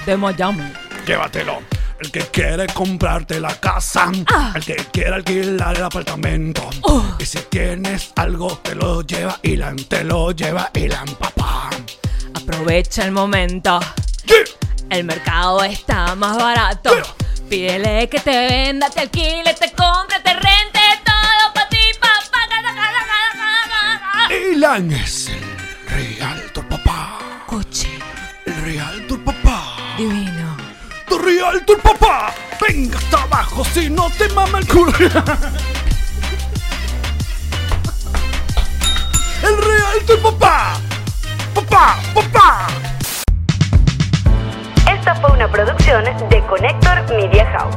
B: De Miami.
A: llévatelo. El que quiere comprarte la casa, el que quiere alquilar el apartamento. Y si tienes algo, te lo lleva Ilan, te lo lleva Ilan, papá.
B: Aprovecha el momento. El mercado está más barato. Pídele que te venda, te alquile, te compre, te rente todo para ti, papá.
A: Ilan es el Realtor, papá.
B: Coche
A: El Realtor, papá.
B: divino.
A: Tu Realtor, papá. Venga hasta abajo si no te mama el culo. [laughs] El Realtor, papá. Papá, papá.
H: Esta fue una producción de Connector Media House.